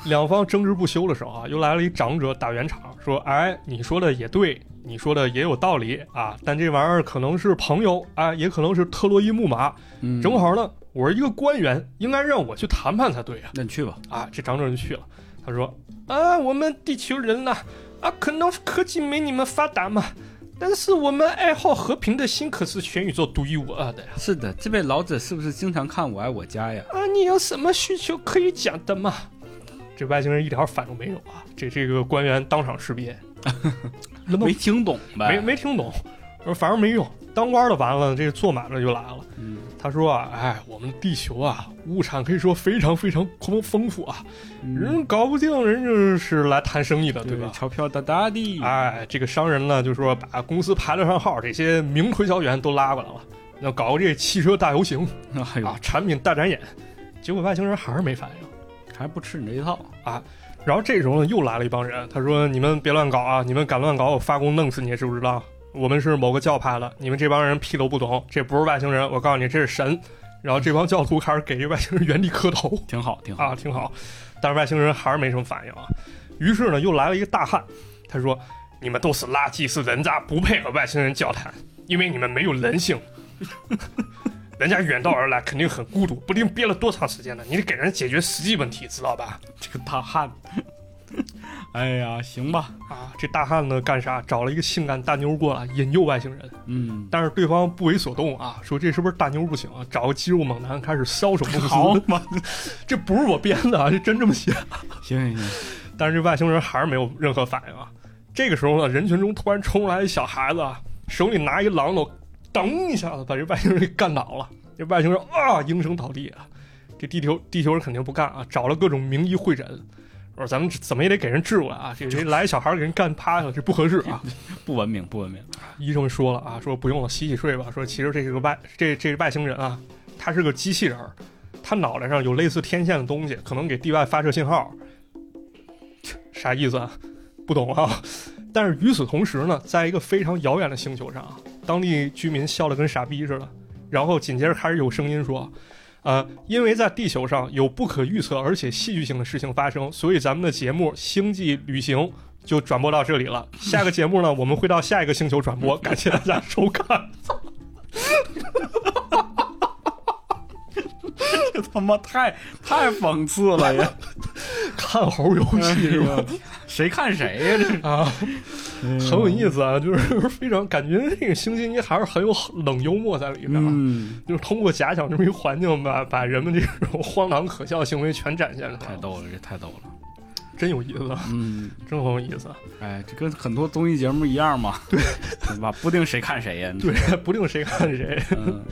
两方争执不休的时候啊，又来了一长者打圆场，说：“哎，你说的也对，你说的也有道理啊，但这玩意儿可能是朋友啊，也可能是特洛伊木马，嗯，正，好呢，我是一个官员，应该让我去谈判才对啊。那你去吧，”啊，这长者就去了，他说：“啊，我们地球人呐、啊，可能科技没你们发达嘛。”但是我们爱好和平的心可是全宇宙独一无二的呀！是的，这位老者是不是经常看《我爱我家》呀？啊，你有什么需求可以讲的嘛？这外星人一点反应没有啊！这这个官员当场识别，那么没听懂呗，没没听懂，呃反正没用。当官的完了，这做买卖就来了。嗯，他说啊，哎，我们地球啊，物产可以说非常非常丰丰富啊，嗯人搞不定人就是来谈生意的，对对啊吧？钞票哒哒的，哎，这个商人呢，就说把公司排得上号这些名推销员都拉过来了，要搞个这汽车大游行哎呦啊，，产品大展演。结果外星人还是没反应。还不吃你这一套，然后这时候呢，又来了一帮人，他说：“你们别乱搞啊！你们敢乱搞，我发功弄死你，知不知道？我们是某个教派的，你们这帮人屁都不懂，这不是外星人，我告诉你，这是神。”然后这帮教徒开始给这外星人原地磕头 挺好，挺好，啊，挺好。但是外星人还是没什么反应啊。于是呢，又来了一个大汉，他说：“你们都是垃圾，是人渣，不配和外星人交谈，因为你们没有人性。 人家远道而来，肯定很孤独，不定憋了多长时间呢。你得给人家解决实际问题，知道吧？”这个大汉， 哎呀，行吧，啊，这大汉呢干啥？找了一个性感大妞过来引诱外星人，嗯，但是对方不为所动啊，说这是不是大妞不行啊？找个肌肉猛男开始搔首弄好姿，嘛，这不是我编的啊，是真这么写。行行行，但是这外星人还是没有任何反应啊。这个时候呢，人群中突然冲出来一小孩子，啊，手里拿一榔头，噔一下子把这外星人给干倒了。这外星人啊应声倒地啊。这地球地球人肯定不干啊，找了各种名医会诊，我说咱们怎么也得给人治过来啊，这这来一小孩给人干趴下了，这不合适啊。不文明，不文明， 医生说了啊，说不用了，洗洗睡吧。说其实这是个外这这外星人啊，他是个机器人儿，他脑袋上有类似天线的东西，可能给地外发射信号。切啥意思啊？不懂啊。但是与此同时呢，在一个非常遥远的星球上啊，当地居民笑得跟傻逼似的。然后紧接着开始有声音说：“呃，因为在地球上有不可预测而且戏剧性的事情发生，所以咱们的节目《星际旅行》就转播到这里了。下个节目呢，我们会到下一个星球转播，感谢大家收看。这他妈太太讽刺了呀！ 哎看猴游戏是吧？谁看谁呀？这是哎啊， 很有意思啊，就是 非常感觉这个星期一还是很有冷幽默在里面啊。嗯，就是通过假想这么一环境吧，把人们这种荒唐可笑行为全展现出太来了，逗了，这太逗了。真有意思，啊嗯，真很有意思。啊哎，这跟很多综艺节目一样嘛， 对吧？不定谁看谁呀？对，不定谁看谁嗯，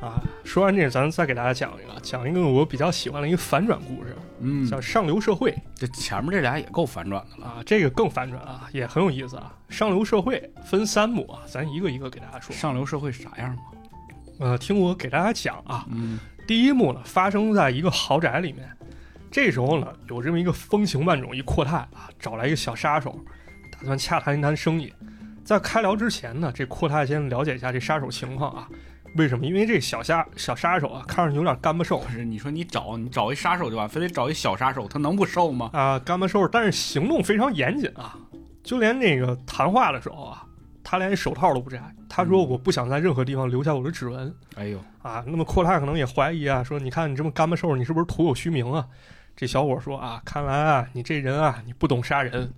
啊。说完这，咱再给大家讲一个，讲一个我比较喜欢的一个反转故事，嗯叫《上流社会》。这前面这俩也够反转的了。啊，这个更反转啊，也很有意思啊。上流社会分三幕啊，咱一个一个给大家说。上流社会啥样嘛？呃，听我给大家讲啊。嗯第一幕呢，发生在一个豪宅里面。这时候呢，有这么一个风情万种一阔太啊，找来一个小杀手，打算洽谈一谈生意。在开聊之前呢，这阔太先了解一下这杀手情况啊。为什么？因为这小杀小杀手啊，看上去有点干巴瘦不是，你说你找你找一杀手就完，非得找一小杀手，他能不瘦吗？啊，干巴瘦，但是行动非常严谨啊，就连那个谈话的时候啊，他连手套都不摘。他说嗯我不想在任何地方留下我的指纹哎呦，啊。那么阔太可能也怀疑啊，说你看你这么干巴瘦，你是不是徒有虚名啊？这小伙说啊，看来啊，你这人啊，你不懂杀人，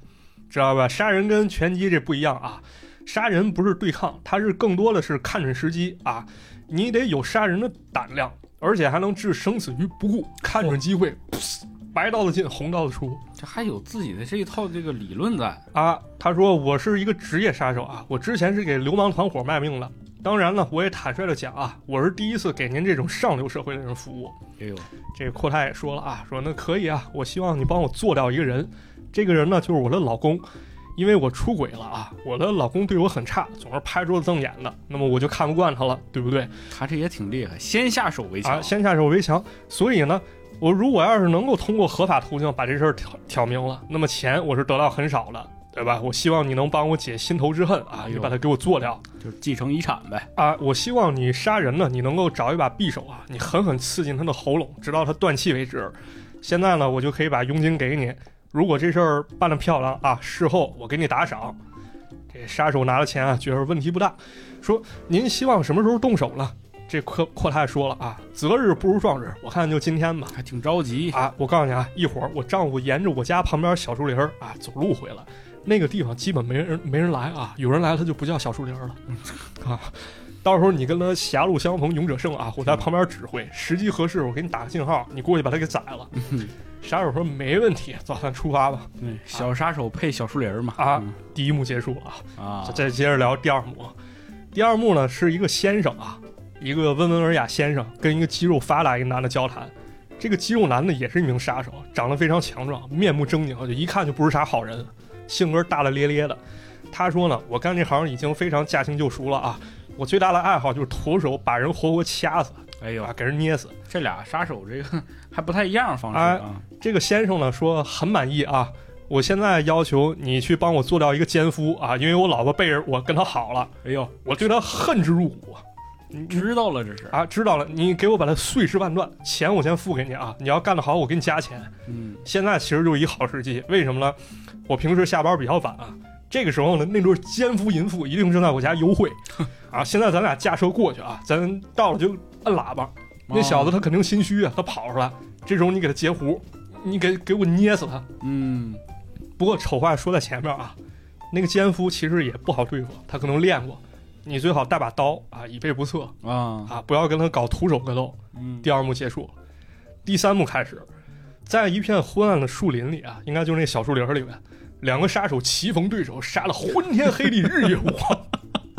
知道吧？杀人跟拳击这不一样啊，杀人不是对抗，它是更多的是看准时机啊，你得有杀人的胆量，而且还能置生死于不顾，看准机会，噗白刀子进，红刀子出。这还有自己的这一套这个理论在。啊，他说我是一个职业杀手啊，我之前是给流氓团伙卖命的。当然了，我也坦率的讲啊，我是第一次给您这种上流社会的人服务。哎呦，这个阔太也说了啊，说那可以啊，我希望你帮我做掉一个人，这个人呢就是我的老公，因为我出轨了啊，我的老公对我很差，总是拍桌子瞪眼的，那么我就看不惯他了，对不对？他这也挺厉害，先下手为强。啊，先下手为强。所以呢，我如果要是能够通过合法途径把这事儿挑挑明了，那么钱我是得到很少的，对吧？我希望你能帮我解心头之恨啊，哎呦你把它给我做掉就是继承遗产呗。啊！我希望你杀人呢，你能够找一把匕首啊，你狠狠刺进他的喉咙，直到他断气为止。现在呢，我就可以把佣金给你。如果这事儿办得漂亮啊，事后我给你打赏。这杀手拿了钱啊，觉得问题不大，说您希望什么时候动手呢？这阔阔太说了啊，择日不如撞日，我看就今天吧。还挺着急， 啊，我告诉你啊，一会儿我丈夫沿着我家旁边小树林儿啊走路回来，那个地方基本没人没人来啊，有人来他就不叫小树林儿了啊。到时候你跟他狭路相逢勇者胜啊，我在旁边指挥，时机合适我给你打个信号，你过去把他给宰了。杀手说没问题，早咱出发吧。对，小杀手配小树林儿嘛。啊嗯第一幕结束了啊，啊，再接着聊第二幕。第二幕呢是一个先生啊，一个温文尔雅先生跟一个肌肉发达一个男的交谈。这个肌肉男呢也是一名杀手，长得非常强壮，面目狰狞，就一看就不是啥好人，性格大大咧咧的。他说呢，我干这行已经非常驾轻就熟了啊，我最大的爱好就是徒手把人活活掐死哎呦啊，，给人捏死。这俩杀手这个还不太一样方式哎啊。这个先生呢说很满意啊，我现在要求你去帮我做掉一个奸夫啊，因为我老婆背着我跟他好了，哎呦，我对他恨之入骨。你你知道了这是。啊，知道了，你给我把它碎尸万段，钱我先付给你啊，你要干得好，我给你加钱。嗯，现在其实就是一好时机，为什么呢？我平时下班比较晚啊，这个时候呢，那对奸夫淫妇一定正在我家幽会啊。现在咱俩驾车过去啊，咱到了就摁喇叭，啊那小子他肯定心虚啊，他跑出来，这时候你给他截胡，你给给我捏死他。哦，嗯，不过丑话说在前面啊，那个奸夫其实也不好对付，他可能练过，你最好带把刀啊，以备不测啊，啊，不要跟他搞徒手格斗。嗯，第二幕结束，第三幕开始，在一片昏暗的树林里啊，应该就是那小树林里面，两个杀手棋逢对手，杀了昏天黑地，日夜无光。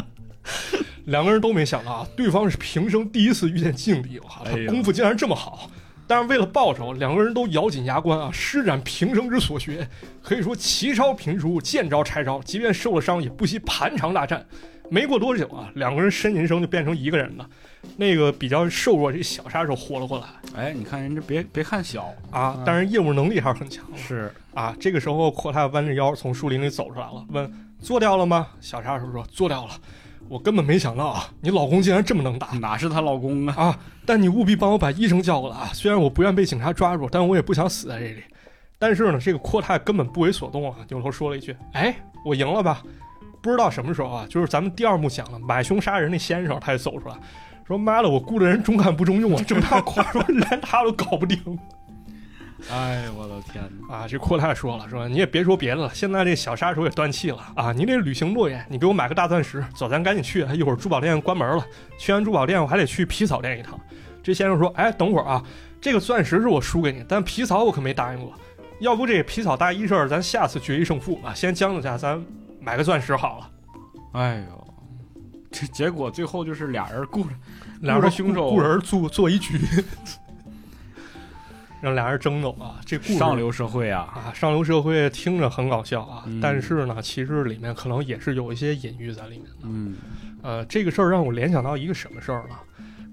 两个人都没想到啊，对方是平生第一次遇见劲敌，哇，他哎呦功夫竟然这么好。但是为了报仇，两个人都咬紧牙关啊，施展平生之所学，可以说奇招频出，见招拆招，即便受了伤也不惜盘肠大战。没过多久啊，两个人呻吟声就变成一个人了。那个比较瘦弱这小杀手活了过来哎，你看人家别别看小，啊嗯，但是业务能力还是很强的是，啊。这个时候，阔太弯着腰从树林里走出来了，问：“做掉了吗？”小杀手说：“做掉了。”我根本没想到啊，你老公竟然这么能打哪是她老公啊？啊！但你务必帮我把医生叫过来啊！虽然我不愿被警察抓住，但我也不想死在这里。但是呢，这个阔太根本不为所动啊，扭头说了一句：“哎，我赢了吧？”不知道什么时候啊，就是咱们第二幕讲的买凶杀人那先生，他也走出来，说：“妈的，我雇的人中看不中用啊，这么大块儿， 连他都搞不定。”哎，我的天哪！啊，这阔太说了，说你也别说别的了，现在这小杀手也断气了啊！你这履行诺言，你给我买个大钻石，走，咱赶紧去，啊一会儿珠宝店关门了，去完珠宝店我还得去皮草店一趟。这先生说，哎，等会儿啊，这个钻石是我输给你，但皮草我可没答应过，要不这皮草大衣事儿咱下次决一胜负啊，先将就下，咱买个钻石好了。哎呦，这结果最后就是俩人雇着，俩人雇着凶手雇人做做一局， 让俩人争斗啊，这故事上流社会啊，啊，上流社会听着很搞笑啊，嗯但是呢，其实里面可能也是有一些隐喻在里面的。嗯，呃，这个事儿让我联想到一个什么事儿呢？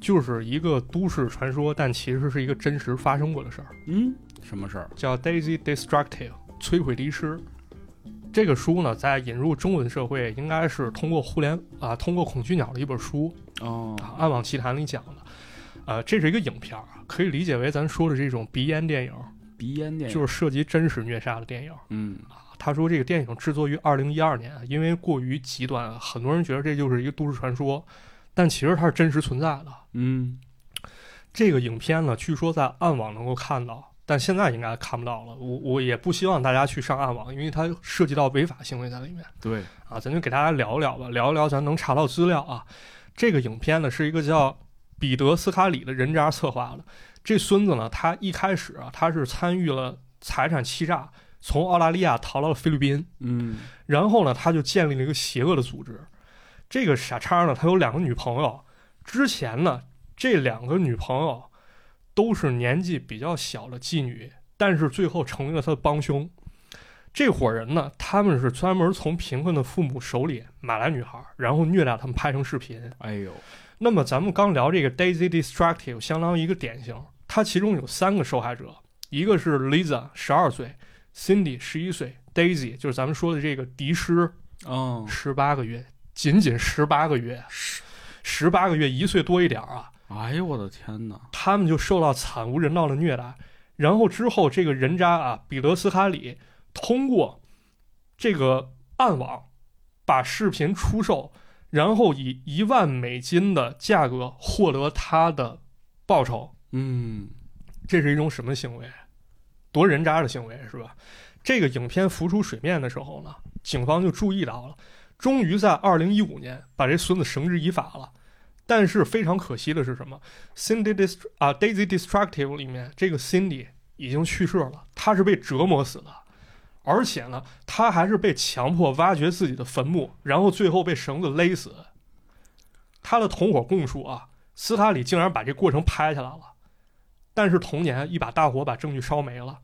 就是一个都市传说，但其实是一个真实发生过的事儿，嗯，什么事儿？叫《Daisy Destructive》摧毁离失。这个书呢，在引入中文社会，应该是通过互联啊，通过孔雀鸟的一本书哦啊，《暗网奇谭》里讲的。呃，这是一个影片儿啊，可以理解为咱说的这种鼻烟电影，鼻烟电影，就是涉及真实虐杀的电影。嗯，他说这个电影制作于二零一二年，啊因为过于极端，啊很多人觉得这就是一个都市传说，但其实它是真实存在的。嗯，这个影片呢，据说在暗网能够看到，但现在应该看不到了。我我也不希望大家去上暗网，因为它涉及到违法行为在里面对，啊。咱就给大家聊一聊吧，聊一聊咱能查到资料啊。这个影片呢，是一个叫彼得斯卡里的人渣策划的。这孙子呢，他一开始啊，他是参与了财产欺诈，从澳大利亚逃到了菲律宾。嗯，然后呢，他就建立了一个邪恶的组织。这个傻叉呢，他有两个女朋友，之前呢，这两个女朋友都是年纪比较小的妓女，但是最后成为了他的帮凶。这伙人呢，他们是专门从贫困的父母手里买来女孩，然后虐待他们，拍成视频。哎呦，那么咱们刚聊这个 Daisy Destructive，相当于一个典型。它其中有三个受害者，一个是 Lisa 十二岁，Cindy 十一岁，Daisy 就是咱们说的这个迪诗哦，十八个月，仅仅十八个月，十八个月一岁多一点儿啊，哎呦，我的天哪！他们就受到惨无人道的虐待。然后之后，这个人渣啊，彼得斯卡里通过这个暗网把视频出售，然后以一万美金的价格获得他的报酬。嗯，这是一种什么行为？夺人渣的行为是吧？这个影片浮出水面的时候呢，警方就注意到了，终于在二零一五年把这孙子绳之以法了。但是非常可惜的是什么？Cindy Dist 啊，Daisy Destructive 里面这个 Cindy 已经去世了，她是被折磨死的，而且呢，她还是被强迫挖掘自己的坟墓，然后最后被绳子勒死。他的同伙供述啊，斯卡里竟然把这过程拍下来了。但是同年一把大火把证据烧没了。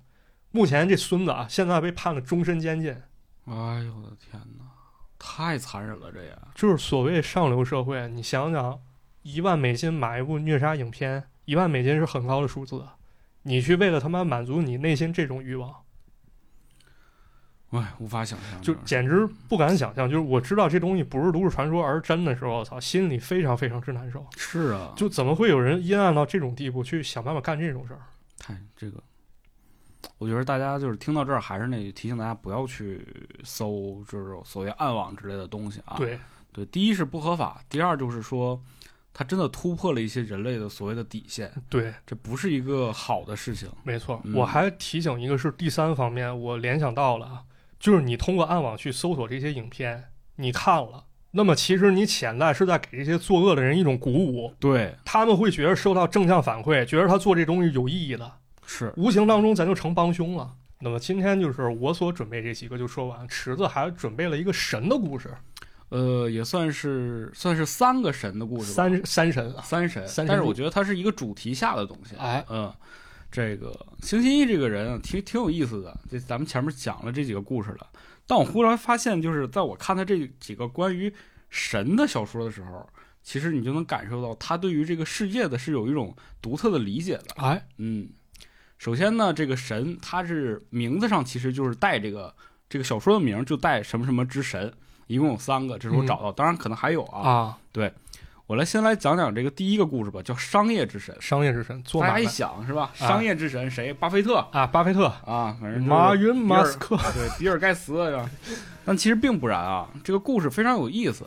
目前这孙子啊，现在被判了终身监禁，哎呦，我的天哪！太残忍了，这也就是所谓上流社会。你想想，一万美金买一部虐杀影片，一万美金是很高的数字，你去为了他妈满足你内心这种欲望，嗯哎，无法想象。就这是简直不敢想象。就是我知道这东西不是都市传说，而是真的时候，我操，心里非常非常之难受。是啊，就怎么会有人阴暗到这种地步去想办法干这种事儿？太这个，我觉得大家就是听到这儿，还是那提醒大家不要去搜，就是所谓暗网之类的东西啊。对，对，第一是不合法，第二就是说，它真的突破了一些人类的所谓的底线，对，这不是一个好的事情。没错，嗯我还提醒一个是第三方面，我联想到了，啊，就是你通过暗网去搜索这些影片，你看了，那么其实你潜在是在给这些作恶的人一种鼓舞，对，他们会觉得受到正向反馈，觉得他做这东西有意义的，是，无形当中咱就成帮凶了。那么今天就是我所准备这几个就说完，池子还准备了一个神的故事，呃，也算是算是三个神的故事吧，三三神啊，三神，三神但是故我觉得它是一个主题下的东西。哎，嗯，这个邢新一这个人啊挺挺有意思的，这咱们前面讲了这几个故事了，但我忽然发现，就是在我看他这几个关于神的小说的时候，其实你就能感受到他对于这个世界的是有一种独特的理解的。哎，嗯，首先呢，这个神他是名字上其实就是带这个这个小说的名儿就带什么什么之神，一共有三个，这是我找到，当然可能还有啊啊，我来先来讲讲这个第一个故事吧，叫《商业之神》。商业之神做大家买一卖想是吧？啊商业之神谁？巴菲特啊，巴菲特、啊，反正就是马云、马斯克，对，比尔盖茨是吧？但其实并不然啊，这个故事非常有意思。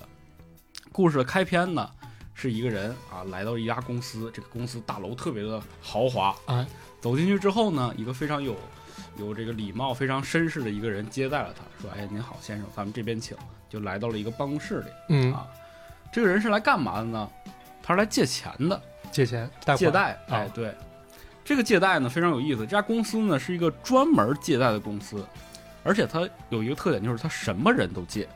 故事的开篇呢，是一个人啊来到一家公司，这个公司大楼特别的豪华。哎，走进去之后呢，一个非常有有这个礼貌、非常绅士的一个人接待了他，说：“哎，您好，先生，咱们这边请。”就来到了一个办公室里。嗯，啊这个人是来干嘛的呢？他是来借钱的，借钱贷款借贷。啊哎，对，这个借贷呢非常有意思。这家公司呢是一个专门借贷的公司，而且它有一个特点就是它什么人都借，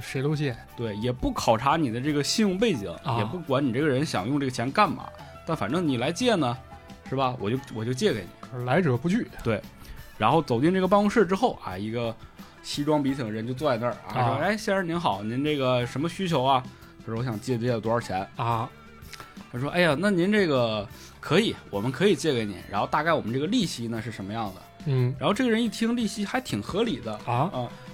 谁都借，对，也不考察你的这个信用背景，啊也不管你这个人想用这个钱干嘛，但反正你来借呢，是吧？我就我就借给你。来者不拒然后走进这个办公室之后啊，一个西装笔挺的人就坐在那儿啊，啊说：“哎，先生您好，您这个什么需求啊？”他说：“我想借借多少钱啊，？”他说：“哎呀，那您这个可以，我们可以借给您。然后大概我们这个利息呢是什么样的？”嗯然后这个人一听利息还挺合理的，啊，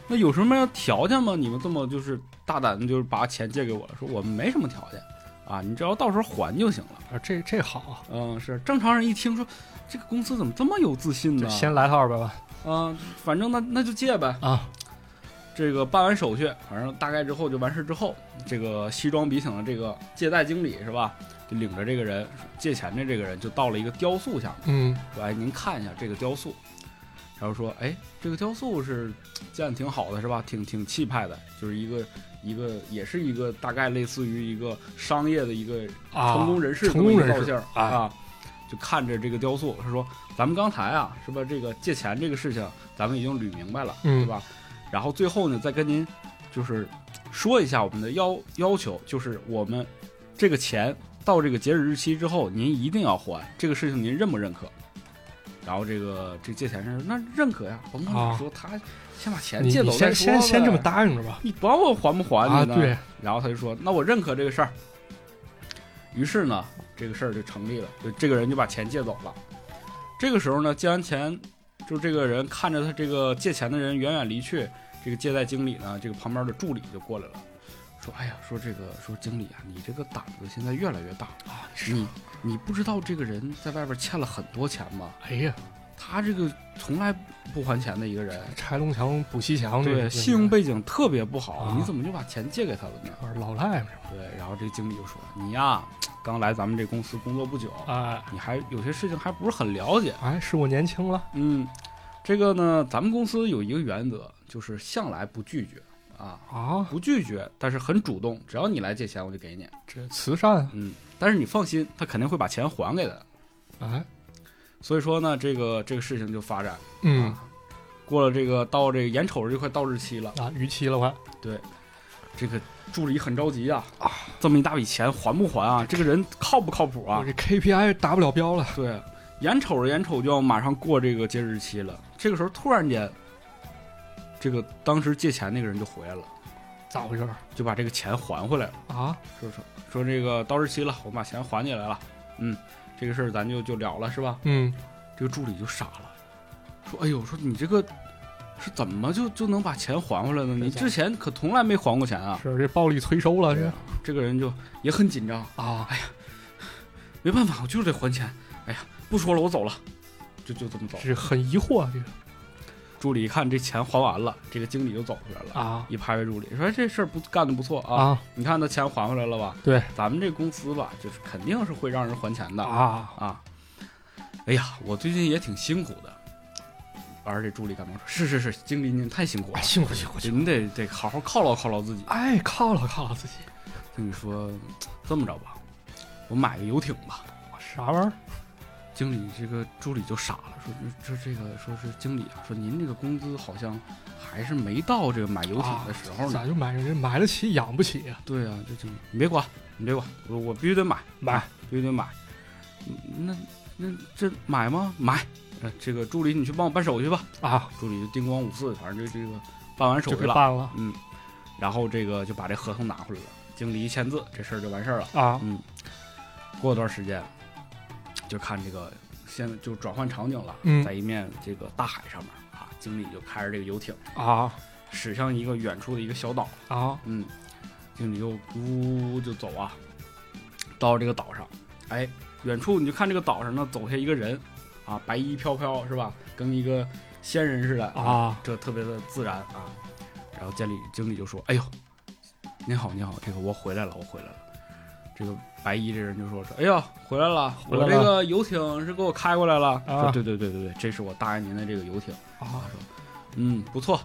那有什么条件吗？你们这么就是大胆的，就是把钱借给我了，说我们没什么条件啊，你只要到时候还就行了。啊这这好，嗯，是正常人一听说这个公司怎么这么有自信这呢？先来套二百万嗯，反正那那就借呗。啊，这个办完手续，反正大概之后就完事之后，这个西装笔挺的这个借贷经理是吧，就领着这个人借钱的这个人就到了一个雕塑下面，嗯说：“哎，您看一下这个雕塑。”然后说：“哎，这个雕塑是建的挺好的是吧？挺挺气派的，就是一个一个也是一个大概类似于一个商业的一个啊，成功人士这成么一功个人造士型儿哎啊，就看着这个雕塑，他说：“咱们刚才啊，是吧？这个借钱这个事情，咱们已经捋明白了，嗯对吧？然后最后呢，再跟您就是说一下我们的要要求，就是我们这个钱到这个截止日期之后，您一定要还这个事情，您认不认可？”然后这个这借钱是那认可呀，甭管啊咋说，他先把钱你借你走再说先呗先先这么，答应着吧，你管我还不还啊你呢？对，然后他就说：“那我认可这个事儿。”于是呢，这个事儿就成立了，就这个人就把钱借走了。这个时候呢，借完钱，就这个人看着他这个借钱的人远远离去，这个借贷经理呢，这个旁边的助理就过来了，说：“哎呀，说这个说经理啊，你这个胆子现在越来越大了，啊，是你你不知道这个人在外边欠了很多钱吗？哎呀，他这个从来不还钱的一个人，拆东墙补西啊墙，这对个信用背景特别不好，啊你怎么就把钱借给他了呢？”这玩意儿老赖嘛，对，然后这经理就说：“你呀，刚来咱们这公司工作不久，哎你还有些事情还不是很了解。哎，是我年轻了嗯，这个呢，咱们公司有一个原则，就是向来不拒绝啊，啊，不拒绝，但是很主动，只要你来借钱，我就给你。这慈善嗯，但是你放心，他肯定会把钱还给的。哎，所以说呢，这个这个事情就发展，嗯啊，过了这个到这个眼瞅着就快到日期了，啊，逾期了快，这个助理很着急啊啊，这么一大笔钱还不还啊？这个人靠不靠谱啊？我这 KPI 达不了标了，对，眼瞅着眼瞅就要马上过这个截止日期了，这个时候突然间，这个当时借钱那个人就回来了，咋回事儿就把这个钱还回来了，啊？说说说这个到日期了，我们把钱还你来了，嗯，这个事儿咱就就了了是吧？嗯，这个助理就傻了，说哎呦，说你这个是怎么就就能把钱还回来呢？你之前可从来没还过钱啊！是这暴力催收了这这个人就也很紧张，啊，没办法，我就是得还钱。哎呀，不说了，我走了，就就这么走了。这很疑惑这个助理一看这钱还完了，这个经理就走出来了，啊一拍拍助理说：“哎这事儿不干的不错啊，啊你看他钱还回来了吧？对，咱们这公司吧，就是肯定是会让人还钱的啊啊哎呀，我最近也挺辛苦的。”完事儿这助理赶忙说：“是是是，经理您太辛苦了啊，，辛苦辛苦辛苦，您得得好好犒劳犒劳自己。哎，犒劳犒劳自己，经理说：这么着吧，我买个游艇吧。”啥玩意儿？经理这个助理就傻了，说这这这个说是经理啊，说您这个工资好像还是没到这个买游艇的时候呢。咋就买人买得起养不起啊？对啊，这经理你别管，你别管，我我必须得买，买必须得买。嗯那那这买吗？买。呃这个助理你去帮我办手续吧。啊，助理就叮咣五四，反正就这个办完手就续给了，办了嗯，然后这个就把这合同拿回来了，经理一签字，这事儿就完事儿了。啊嗯，过段时间就看这个，现在就转换场景了，嗯在一面这个大海上面啊，经理就开着这个游艇啊驶向一个远处的一个小岛，啊嗯，经理就呜呜呜就走啊，到这个岛上，哎，远处你就看这个岛上呢走下一个人，啊，白衣飘飘是吧？跟一个仙人似的，啊，这特别的自然啊。然后监理经理就说：“哎呦，您好，您好，这个我回来了，我回来了。”这个白衣这人就说：“说哎呦，回来了，回来我了这个游艇是给我开过来了。啊说：“对对对对对，这是我答应您的这个游艇。”啊，嗯，不错，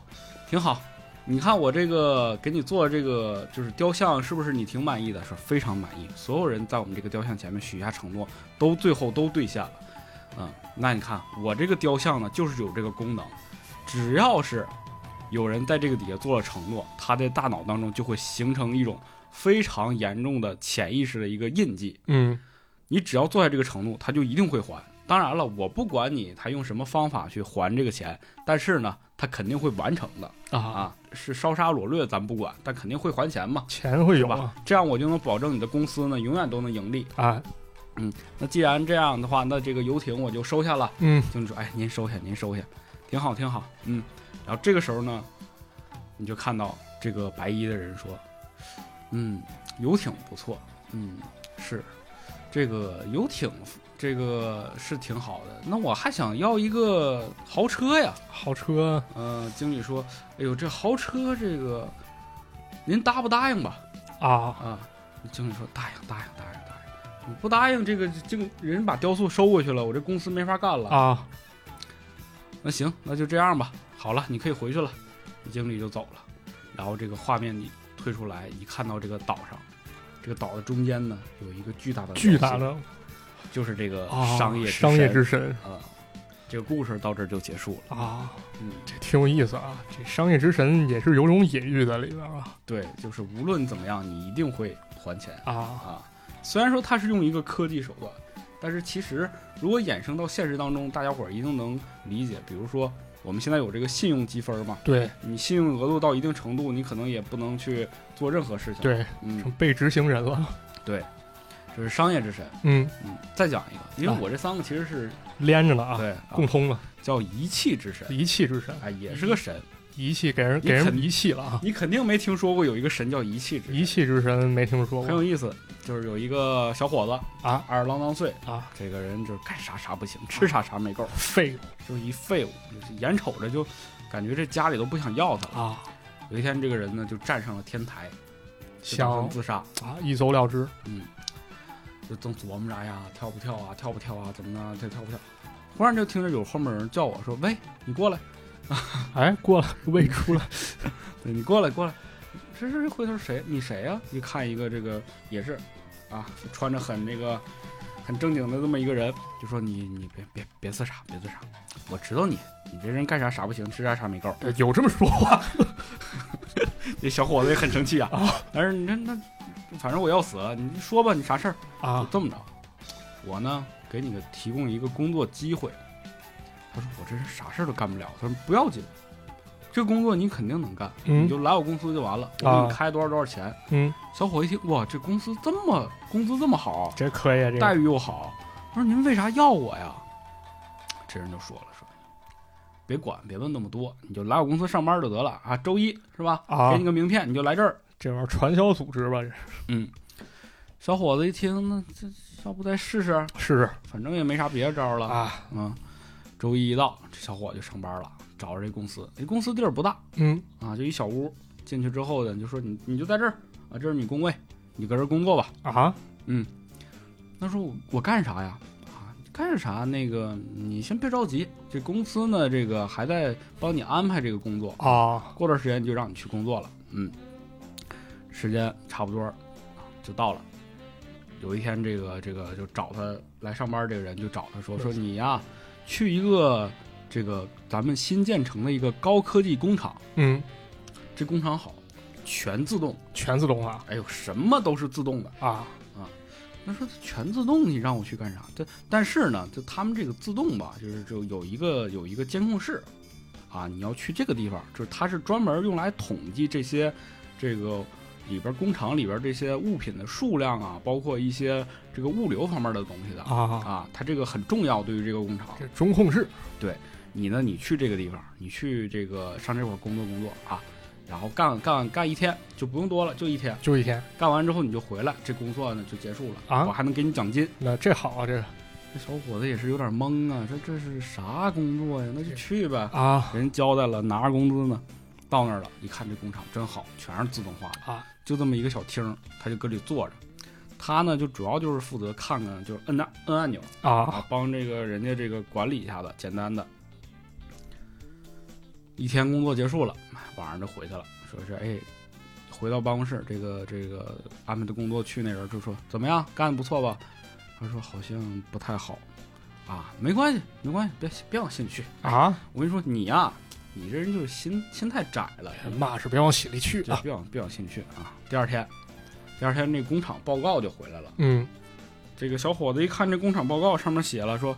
挺好。你看我这个给你做这个就是雕像，是不是你挺满意的？说非常满意，所有人在我们这个雕像前面许下承诺，都最后都兑现了。嗯，那你看我这个雕像呢，就是有这个功能，只要是有人在这个底下做了承诺，他的大脑当中就会形成一种非常严重的潜意识的一个印记。嗯你只要做下这个承诺，他就一定会还。当然了，我不管你他用什么方法去还这个钱，但是呢，他肯定会完成的啊，啊。是烧杀掳掠咱不管，但肯定会还钱嘛，钱会有是啊吧，？这样我就能保证你的公司呢永远都能盈利。啊，那既然这样的话，那这个游艇我就收下了。嗯经理说：“哎，您收下，您收下，挺好，挺好。”嗯，然后这个时候呢，你就看到这个白衣的人说：“嗯，游艇不错，嗯，是，这个游艇这个是挺好的。那我还想要一个豪车呀。豪车”呃，经理说：“哎呦，这豪车这个，您答不答应吧？”啊，啊，经理说答应答应答应答应，你不答应这个经人把雕塑收过去了，我这公司没法干了。啊那行，那就这样吧。好了，你可以回去了。经理就走了。然后这个画面里退出来，一看到这个岛上，这个岛的中间呢有一个巨大的巨游大戏，的就是这个啊，商业、商业之神啊、这个故事到这儿就结束了。啊，嗯，这挺有意思啊，这商业之神也是有种隐喻在里边啊对，就是无论怎么样，你一定会还钱。啊，啊。虽然说它是用一个科技手段，但是其实如果衍生到现实当中，大家伙儿一定能理解。比如说，我们现在有这个信用积分嘛，对你信用额度到一定程度，你可能也不能去做任何事情。，对，嗯，成被执行人了，这是商业之神。嗯，嗯，再讲一个，因为啊我这三个其实是、连着呢啊，对、共啊，通了，叫遗弃之神，遗弃之神，哎，也是个神。遗弃给人你给人肯遗弃了啊，你肯定没听说过有一个神叫遗弃之遗神，弃之神没听说很过有意思。就是有一个小伙子啊，二十郎当岁，啊，这个人就是干啥啥不行，吃啥啥没够。废物就是一废物，就是眼瞅着就感觉这家里都不想要他了。啊，有一天，这个人呢就站上了天台，就打算想自杀，啊一走了之，就正琢磨着，哎呀，跳不跳啊，跳不跳啊，怎么呢，这跳不跳？忽然就听着有后面有人叫我说：“喂，你过来，哎，过来未出来，对你过来，过来。”这这这回头谁？你谁呀、一看一个这个也是，啊，穿着很那个很正经的这么一个人，就说你你别别别自杀，别自杀，我知道你，你这人干啥啥不行，吃啥啥没够。呃有这么说话这小伙子也很生气啊。但是你这那，反正我要死了，你说吧，你啥事儿？就啊这么着，我呢给你个提供一个工作机会。他说我这是啥事儿都干不了。他说不要紧，这工作你肯定能干，嗯你就来我公司就完了，我给啊你开多少多少钱。嗯，小伙一听，哇，这公司这么工资这么好，这可以啊，这待个遇又好，他说您为啥要我呀？这人就说了说，别管别问那么多，你就来我公司上班就得了啊。周一是吧？啊给你个名片，你就来这儿。这玩意儿传销组织吧，这小伙子一听，那这要不再试试？是反正也没啥别的招了。啊，嗯，周一一到，这小伙就上班了，找着这公司。这公司地儿不大嗯啊，就一小屋。进去之后呢，就说你你就在这儿啊，这是你工位，你搁这儿工作吧。啊他说我我干啥呀？啊，干啥？那个你先别着急，这公司呢，这个还在帮你安排这个工作，啊过段时间就让你去工作了。嗯，时间差不多啊就到了。有一天，这个这个就找他来上班，这个人就找他说说你呀、去一个这个咱们新建成的一个高科技工厂，嗯，这工厂好，全自动，全自动化哎呦，什么都是自动的。啊他说全自动，你让我去干啥？但但是呢，就他们这个自动吧，就是就有一个有一个监控室，啊，你要去这个地方，就是它是专门用来统计这些这个里边工厂里边这些物品的数量啊，包括一些这个物流方面的东西的啊，啊，它这个很重要，对于这个工厂。这中控室你呢，你去这个地方，你去这个上这块儿工作工作啊，然后干干干一天就不用多了，就一天。就一天。干完之后你就回来，这工作呢就结束了啊我还能给你奖金。那这好啊，这个这小伙子也是有点懵啊，这这是啥工作呀？那就去呗。啊人交代了，拿着工资呢，到那儿了，一看这工厂真好，全是自动化的啊，就这么一个小厅儿，他就搁里坐着。他呢，就主要就是负责看看，就是摁按摁按钮啊啊，帮这个人家这个管理一下子，简单的。一天工作结束了，晚上就回去了，说是哎，回到办公室，这个这个安排的工作去那人就说怎么样，干得不错吧？他说好像不太好，啊，没关系，没关系，别别往心里去。啊！我跟你说，你呀、你这人就是心心太窄了，嘛是别往心里去就啊。别往别往心里去啊。第二天，第二天那工厂报告就回来了。嗯这个小伙子一看这工厂报告，上面写了说，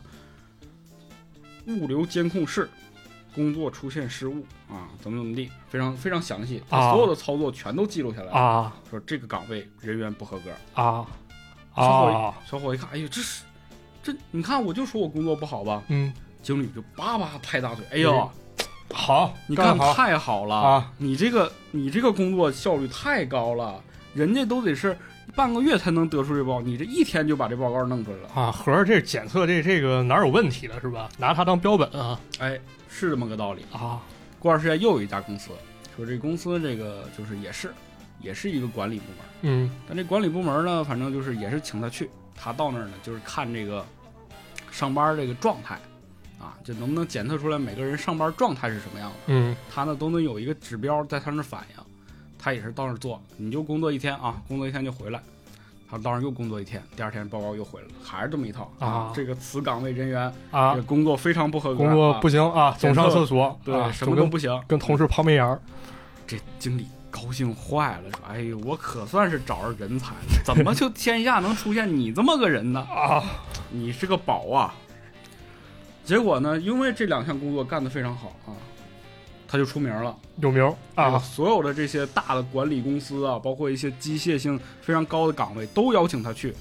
物流监控室工作出现失误啊，怎么怎么地，非常非常详细，啊把所有的操作全都记录下来了。啊说这个岗位人员不合格。啊稍啊！小伙一看，哎呦，这是这，你看我就说我工作不好吧，嗯，经理就叭叭拍大腿，哎呦，嗯好，你干干得好太好了啊！你这个你这个工作效率太高了，人家都得是半个月才能得出这报告，你这一天就把这报告弄出来了。啊！合着这检测这这个哪儿有问题了是吧？拿它当标本啊哎，是这么个道理。啊过段时间又有一家公司，说这公司这个就是也是也是一个管理部门，嗯但这管理部门呢，反正就是也是请他去，他到那儿呢就是看这个上班这个状态啊，就能不能检测出来每个人上班状态是什么样的。嗯他呢都能有一个指标在他那儿反映，他也是到那儿做，你就工作一天啊，工作一天就回来。他当时又工作一天，第二天报告又回来了，还是这么一套啊这个此岗位人员这啊个，工作非常不合格，工作啊不行啊，总上厕所，对、啊什总么都跟不行。跟同事抛媚眼儿这经理高兴坏了，说：“哎呦，我可算是找着人才了，怎么就天下能出现你这么个人 呢？啊你是个宝啊！”结果呢，因为这两项工作干得非常好啊，他就出名了。有名儿这个啊所有的这些大的管理公司啊，包括一些机械性非常高的岗位，都邀请他去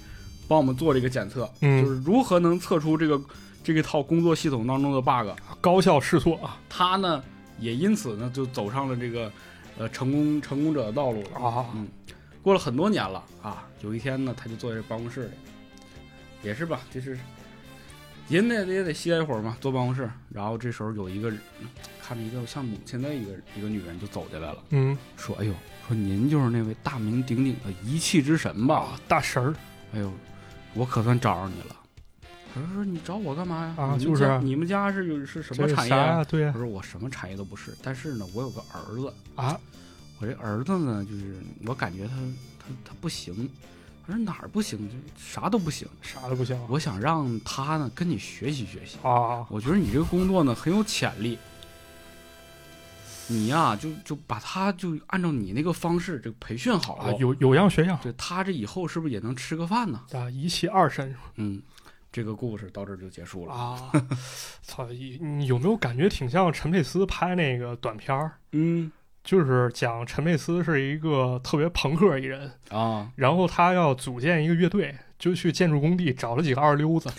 帮我们做这个检测，嗯就是如何能测出这个这个套工作系统当中的 bug。高效试错啊他呢，也因此呢，就走上了这个呃成功成功者的道路了。啊过了很多年了啊，有一天呢，他就坐在这办公室里，也是吧，就是人得也得歇一会儿嘛，坐办公室。然后这时候有一个人看着一个像母亲的一个一个女人就走进来了。嗯说：“哎呦，说您就是那位大名鼎鼎的一气之神吧啊？大神儿哎呦，我可算找着你了。”他说：“你找我干嘛呀？啊你们就是家你们家是有是什么这产业啥啊呀？？对他呀说：“我什么产业都不是，但是呢，我有个儿子，啊我这儿子呢，就是我感觉他他他不行。”他说：“哪儿不行？就啥都不行。啥都不行我想让他呢跟你学习学习。啊我觉得你这个工作呢很有潜力，你呀、就就把他就按照你那个方式这个培训好了。啊有有样学样对他这以后是不是也能吃个饭呢？啊一气二神嗯，这个故事到这儿就结束了。 啊操你你有没有感觉挺像陈佩斯拍那个短片儿？嗯就是讲陈佩斯是一个特别朋克一人，啊，然后他要组建一个乐队，就去建筑工地找了几个二溜子，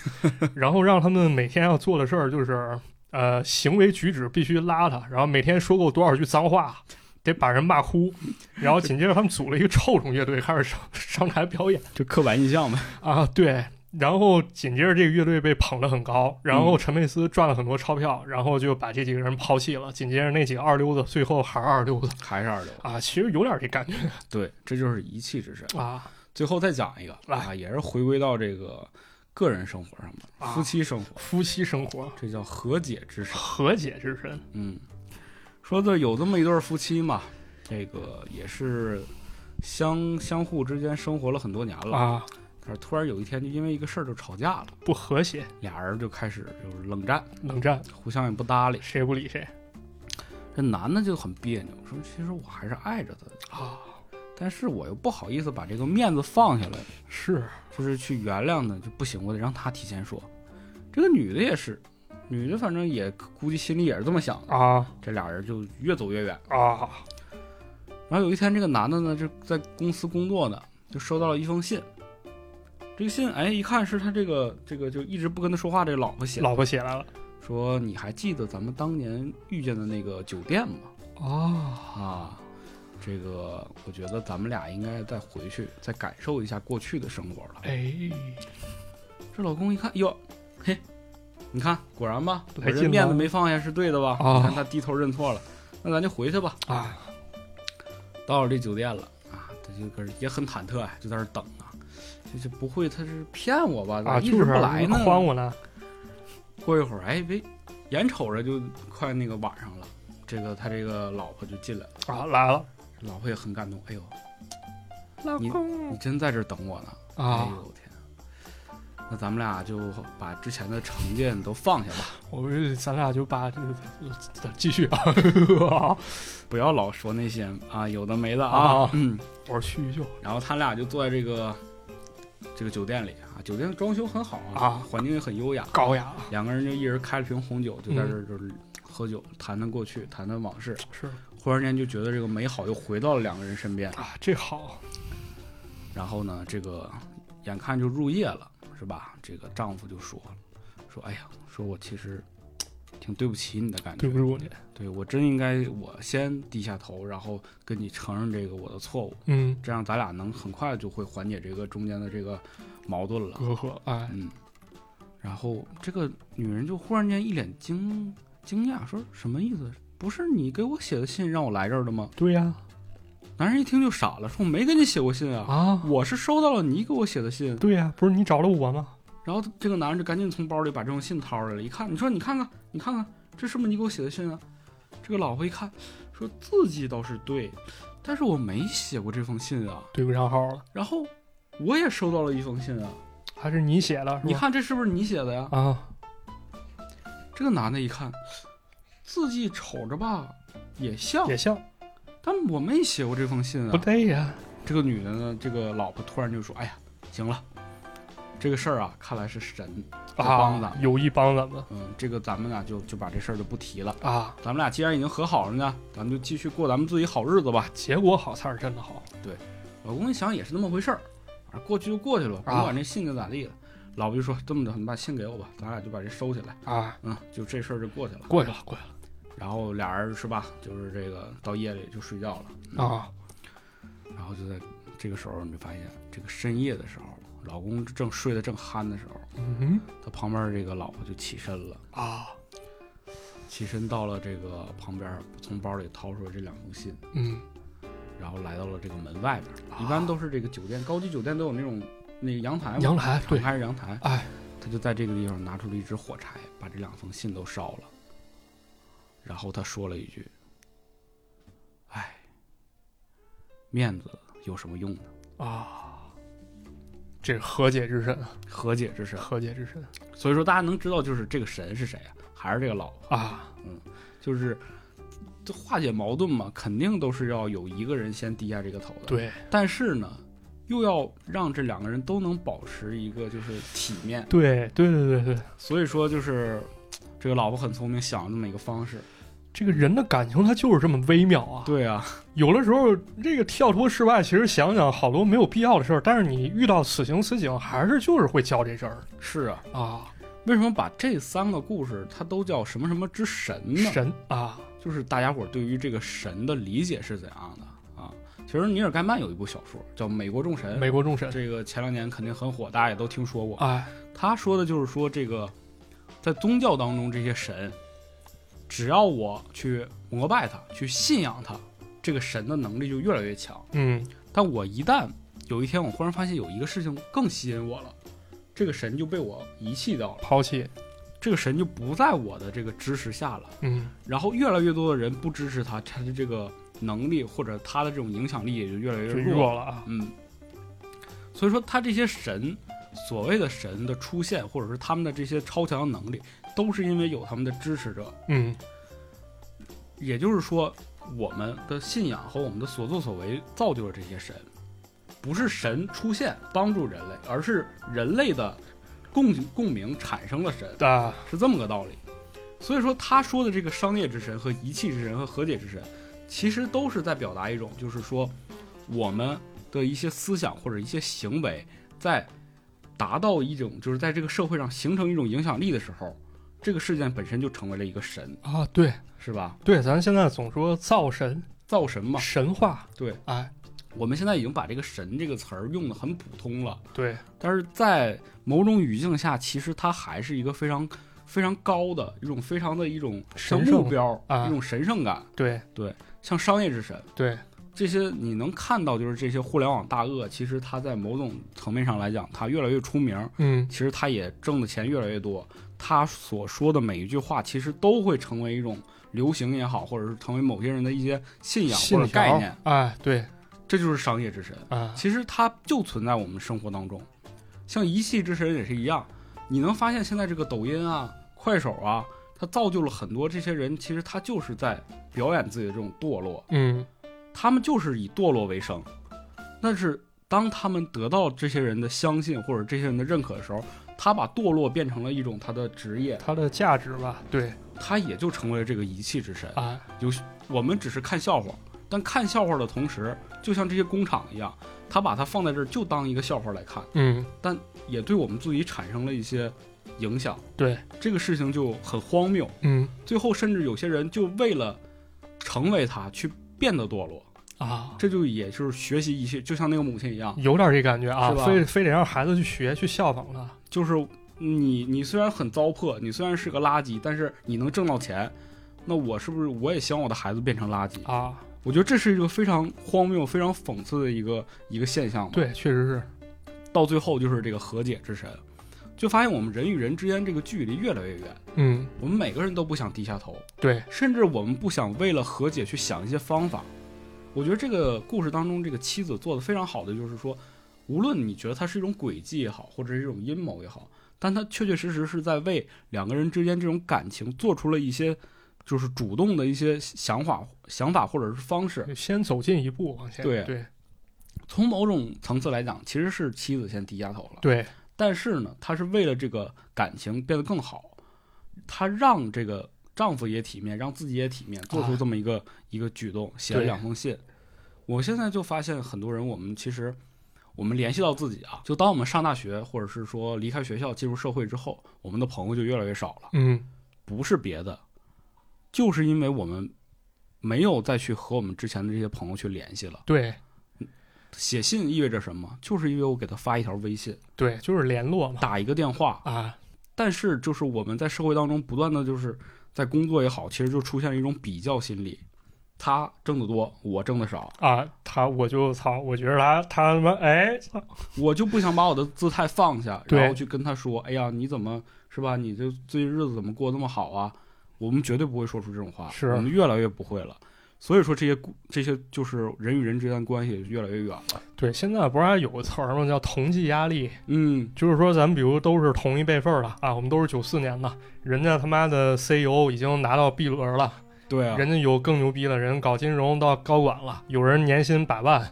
然后让他们每天要做的事儿就是，呃，行为举止必须邋遢，然后每天说够多少句脏话，得把人骂哭，然后紧接着他们组了一个臭虫乐队，开始上 上台表演就刻板印象呗。啊，对。然后紧接着这个乐队被捧得很高，然后陈佩斯赚了很多钞票，然后就把这几个人抛弃了。紧接着那几个二溜子最后还是二溜子还是二流。啊，其实有点这感觉对，这就是一气之神。啊最后再讲一个啊，也是回归到这个个人生活上面，啊夫妻生活，夫妻生活这叫和解之神。和解之神嗯，说的有这么一对儿夫妻嘛，这个也是相相互之间生活了很多年了，啊，可是突然有一天就因为一个事儿就吵架了，不和谐，俩人就开始就是冷战，冷战，互相也不搭理。谁也不理谁这男的就很别扭，说其实我还是爱着他的，啊？但是我又不好意思把这个面子放下来，是就是去原谅呢，就不行，我得让他提前说。这个女的也是，女的反正也估计心里也是这么想的，啊这俩人就越走越远。啊然后有一天，这个男的呢就在公司工作呢，就收到了一封信。这个信，哎，一看是他这个这个就一直不跟他说话这老婆写的，老婆写来了说你还记得咱们当年遇见的那个酒店吗？啊啊，这个我觉得咱们俩应该再回去再感受一下过去的生活了。哎，这老公一看，哟，嘿，你看，果然吧，我来劲这面子了没放下是对的吧？啊你看他低头认错了，那咱就回去吧。啊，到了这酒店了啊，他就搁这也很忐忑呀，就在那儿等啊，就是不会他是骗我吧？咋啊，一就直是不来呢。诓我呢。过一会儿，哎，别，眼瞅着就快那个晚上了，这个他这个老婆就进来了，啊，来了，老婆也很感动，哎呦，老你公你真在这儿等我呢。哎啊，呦我天！啊那咱们俩就把之前的成见都放下吧，我们咱俩就把这个咱继续啊。不要老说那些啊有的没的 啊。啊嗯，我说去就然后他俩就坐在这个这个酒店里啊，酒店装修很好啊环境也很优雅。高雅两个人就一人开了瓶红酒，就在嗯这儿就是喝酒，谈谈过去，谈谈往事。是忽然间就觉得这个美好又回到了两个人身边。啊，这好然后呢，这个眼看就入夜了，是吧？这个丈夫就说了，说哎呀，说我其实挺对不起你的感觉对，不住你。对我真应该我先低下头，然后跟你承认这个我的错误，嗯，这样咱俩能很快就会缓解这个中间的这个矛盾了。隔阂哎，嗯，然后这个女人就忽然间一脸惊惊讶，说什么意思？不是你给我写的信让我来这儿的吗？对呀男人一听就傻了，说我没给你写过信啊，啊，我是收到了你给我写的信。对呀，不是你找了我吗？然后这个男人就赶紧从包里把这封信掏出来了，一看，你说你看看，你看看，这是不是你给我写的信啊？这个老婆一看，说自己倒是对，但是我没写过这封信啊。对不上号了，然后我也收到了一封信啊，还是你写的？是吧你看这是不是你写的呀？啊，这个男的一看，字迹瞅着吧也像，也像但我没写过这封信不啊。对呀，这个女的呢，这个老婆突然就说：“哎呀，行了，这个事儿啊，看来是神，在帮咱啊，们有意帮咱们嗯，这个咱们俩就就把这事儿就不提了。啊。咱们俩既然已经和好了呢，咱们就继续过咱们自己好日子吧。结果好才是真的好。”老公一想也是那么回事儿，啊，过去就过去了，甭啊管这信就咋地了。老婆就说：“这么着，你把信给我吧，咱俩就把这收起来，啊，嗯，就这事儿就过去了。过去了，过去了”然后俩人是吧，就是这个到夜里就睡觉了。啊！然后就在这个时候，你就发现这个深夜的时候，老公正睡得正酣的时候，嗯他旁边这个老婆就起身了，啊，起身到了这个旁边，从包里掏出了这两封信，嗯然后来到了这个门外边。啊一般都是这个酒店，高级酒店都有那种那个阳台嘛，阳台对敞开阳台。哎，他就在这个地方拿出了一支火柴，把这两封信都烧了。然后他说了一句：“哎，面子有什么用呢？啊，这是和解之神，和解之神。和解之神”所以说，大家能知道就是这个神是谁啊？还是这个老婆？啊！就是这化解矛盾嘛，肯定都是要有一个人先低下这个头的。对但是呢，又要让这两个人都能保持一个就是体面。对对对对对，所以说，就是这个老婆很聪明，想了这么一个方式。这个人的感情它就是这么微妙啊。对啊，有的时候这个跳脱室外，其实想想好多没有必要的事儿，但是你遇到此情此景，还是就是会较这事儿是啊。啊，为什么把这三个故事它都叫什么什么之神呢？神啊就是大家伙对于这个神的理解是怎样的啊？其实尼尔盖曼有一部小说叫《美国众神》，美国众神，这个前两年肯定很火，大家也都听说过。哎他说的就是说，这个在宗教当中，这些神，只要我去膜拜他，去信仰他，这个神的能力就越来越强。嗯但我一旦有一天，我忽然发现有一个事情更吸引我了，这个神就被我遗弃掉了，抛弃这个神就不在我的这个支持下了。嗯然后越来越多的人不支持他，他的这个能力或者他的这种影响力也就越来越就弱。弱了啊嗯，所以说他这些神，所谓的神的出现，或者是他们的这些超强能力，都是因为有他们的支持者。嗯也就是说，我们的信仰和我们的所作所为造就了这些神，不是神出现帮助人类，而是人类的共共鸣产生了神，啊是这么个道理。所以说，他说的这个商业之神和遗弃之神和和解之神，其实都是在表达一种，就是说我们的一些思想或者一些行为，在达到一种就是在这个社会上形成一种影响力的时候，这个事件本身就成为了一个神，啊对。是吧？对，咱现在总说造神造神嘛。神话，对，哎，我们现在已经把这个“神”这个词儿用的很普通了，对，但是在某种语境下，其实它还是一个非常非常高的一种非常的一种像神圣目标、啊一种神圣感，对，像商业之神。对，这些你能看到，就是这些互联网大鳄，其实他在某种层面上来讲，他越来越出名，嗯，其实他也挣的钱越来越多，他所说的每一句话，其实都会成为一种流行也好，或者是成为某些人的一些信仰信或者条概念，，哎，对，这就是商业之神。啊，其实它就存在我们生活当中，像一系之神也是一样，你能发现现在这个抖音啊、快手啊，它造就了很多这些人，其实他就是在表演自己的这种堕落，嗯，他们就是以堕落为生。但是当他们得到这些人的相信或者这些人的认可的时候，他把堕落变成了一种他的职业，它的价值吧，对，他也就成为了这个一气之神。哎，我们只是看笑话，但看笑话的同时，就像这些工厂一样，他把它放在这儿就当一个笑话来看，嗯，也对我们自己产生了一些影响。对，这个事情就很荒谬。嗯，最后，甚至有些人就为了成为他，去变得堕落。啊，这就也就是学习一些，就像那个母亲一样，有点这感觉啊是，吧非非得让孩子去学去效仿它，就是你你虽然很糟粕，你虽然是个垃圾，但是你能挣到钱，那我是不是我也希望我的孩子变成垃圾？啊，我觉得这是一个非常荒谬、非常讽刺的一个一个现象嘛。，对，确实是，到最后就是这个和解之神，就发现我们人与人之间这个距离越来越远，嗯，我们每个人都不想低下头，对，甚至我们不想为了和解去想一些方法。我觉得这个故事当中，这个妻子做的非常好的就是说，无论你觉得它是一种诡计也好，或者是一种阴谋也好，但它确确实实是在为两个人之间这种感情做出了一些，就是主动的一些想法、想法或者是方式。先走近一步往前，对对，从某种层次来讲，其实是妻子先低下头了，对，但是呢，她是为了这个感情变得更好，她让这个丈夫也体面，让自己也体面，做出这么一个、一个举动，写了对两封信。我现在就发现很多人，我们其实我们联系到自己啊，就当我们上大学或者是说离开学校进入社会之后，我们的朋友就越来越少了，嗯，不是别的，就是因为我们没有再去和我们之前的这些朋友去联系了。对，写信意味着什么？就是因为我给他发一条微信，对，就是联络嘛，打一个电话。啊，但是就是我们在社会当中不断的就是在工作也好，其实就出现了一种比较心理，他挣得多，我挣得少，啊，他我就操，我觉得他他他妈哎，操我就不想把我的姿态放下，对然后去跟他说，哎呀，你怎么是吧？你这最近日子怎么过得那么好啊？我们绝对不会说出这种话，是我们越来越不会了。所以说这些故这些就是人与人之间的关系越来越远了。对，现在不是还有个词儿吗？叫同济压力，嗯，就是说咱们比如都是同一辈分儿的啊，我们都是九四年的，人家他妈的 CEO 已经拿到 B 轮了。对啊，人家有更牛逼的人搞金融到高管了，有人年薪百万，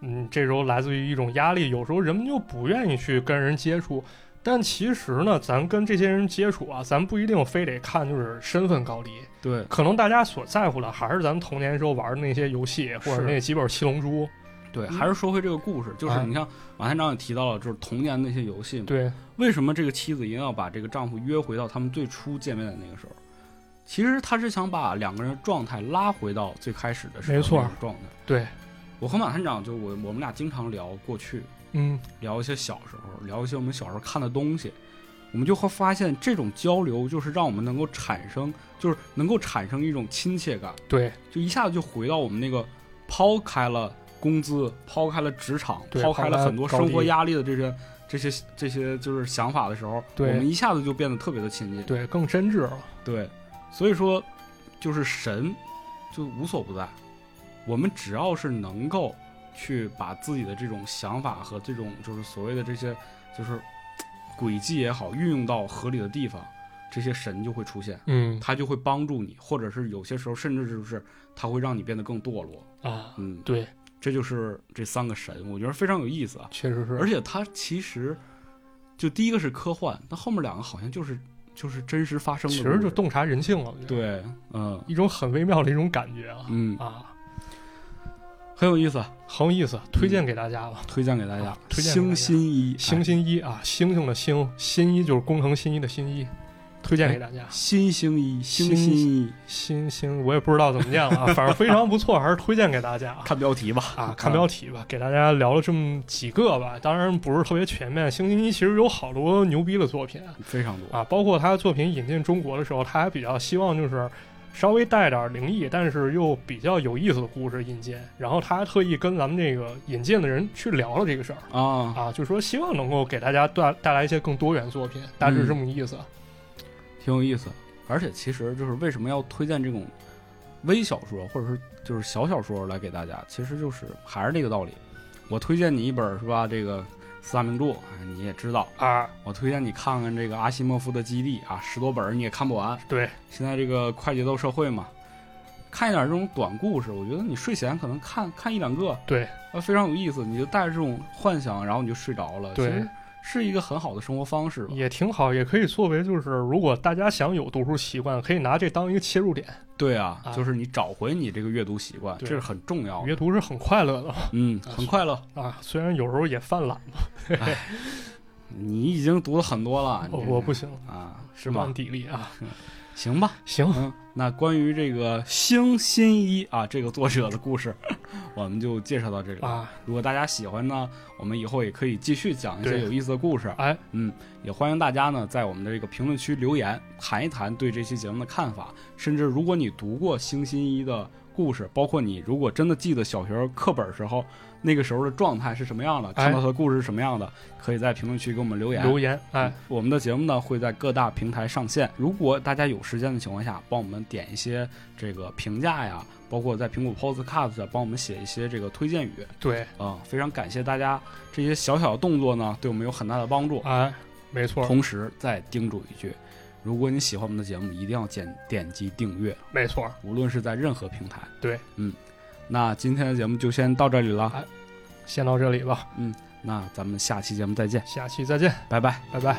嗯，这时候来自于一种压力，有时候人们就不愿意去跟人接触。但其实呢，咱跟这些人接触啊，咱不一定非得看就是身份高低，对可能大家所在乎的还是咱们童年时候玩的那些游戏，或者那几本七龙珠。对，还是说回这个故事，就是嗯啊你像马探长也提到了，就是童年那些游戏嘛。对，为什么这个妻子一定要把这个丈夫约回到他们最初见面的那个时候？其实她是想把两个人的状态拉回到最开始的时候没错那种状态。对，我和马探长就我我们俩经常聊过去，嗯，聊一些小时候，聊一些我们小时候看的东西，我们就会发现这种交流就是让我们能够产生，就是能够产生一种亲切感，对，就一下子就回到我们那个抛开了工资、抛开了职场、对抛开抛开了很多生高活低压力的这些、这些、这些就是想法的时候，我对们一下子就变得特别的亲近。对，更真挚了。对，所以说就是神就无所不在，我们只要是能够去把自己的这种想法和这种就是所谓的这些就是轨迹也好，运用到合理的地方，这些神就会出现。嗯他就会帮助你，或者是有些时候甚至就是他会让你变得更堕落。啊，嗯，对，这就是这三个神，我觉得非常有意思啊。确实是而。且它其实就第一个是科幻，那后面两个好像就是就是真实发生的其故事，实就洞察人性了，我觉得对，嗯一种很微妙的一种感觉啊、嗯，啊。很有意思，很有意思，推荐给大家吧。推荐给大家啊。推荐给大星家新一，星哎星一啊，星星的星，新一就是工程新一的新一推荐给大家。新哎星一，星新一，星星，我也不知道怎么念了啊，反正非常不错，还是推荐给大家 啊。看标题吧。啊，看标题吧，给大家聊了这么几个吧，当然不是特别全面。星星一其实有好多牛逼的作品啊非常多。啊，包括他的作品引进中国的时候，他还比较希望就是稍微带点灵异，但是又比较有意思的故事引进。然后他还特意跟咱们这个引进的人去聊了这个事儿啊，啊，就说希望能够给大家带带来一些更多元作品，大致这么意思。挺有意思。而且其实就是为什么要推荐这种微小说或者是就是小小说来给大家，其实就是还是那个道理。我推荐你一本是吧？这个四大名著，哎你也知道。啊，我推荐你看看这个阿西莫夫的《基地》啊，十多本儿你也看不完。对，现在这个快节奏社会嘛，看一点这种短故事，我觉得你睡前可能看看一两个，对，啊，非常有意思，你就带着这种幻想，然后你就睡着了，对其实是一个很好的生活方式吧。也挺好，也可以作为就是如果大家想有读书习惯，可以拿这当一个切入点，对啊，啊就是你找回你这个阅读习惯，这对是很重要的。阅读是很快乐的。嗯，很快乐。啊，虽然有时候也犯懒，你已经读了很多了，你我这哦我不行，啊，是嗯是吧？吗？体力啊，行吧，行，啊嗯，那关于这个星新一啊这个作者的故事， 我们就介绍到这里啊。如果大家喜欢呢，我们以后也可以继续讲一些对有意思的故事。哎，嗯，也欢迎大家呢在我们的这个评论区留言，谈一谈对这期节目的看法，甚至如果你读过星新一的故事，包括你如果真的记得小学课本时候那个时候的状态是什么样的，哎看到他的故事是什么样的，可以在评论区给我们留言。留言哎，我们的节目呢会在各大平台上线。如果大家有时间的情况下，帮我们点一些这个评价呀，包括在苹果 Podcast 上帮我们写一些这个推荐语对，啊、非常感谢大家这些小小的动作呢，对我们有很大的帮助。哎，没错，同时再叮嘱一句，如果你喜欢我们的节目，一定要点点击订阅，没错，无论是在任何平台。对，嗯，那今天的节目就先到这里了，先到这里吧，那咱们下期节目再见，下期再见，拜拜。拜拜。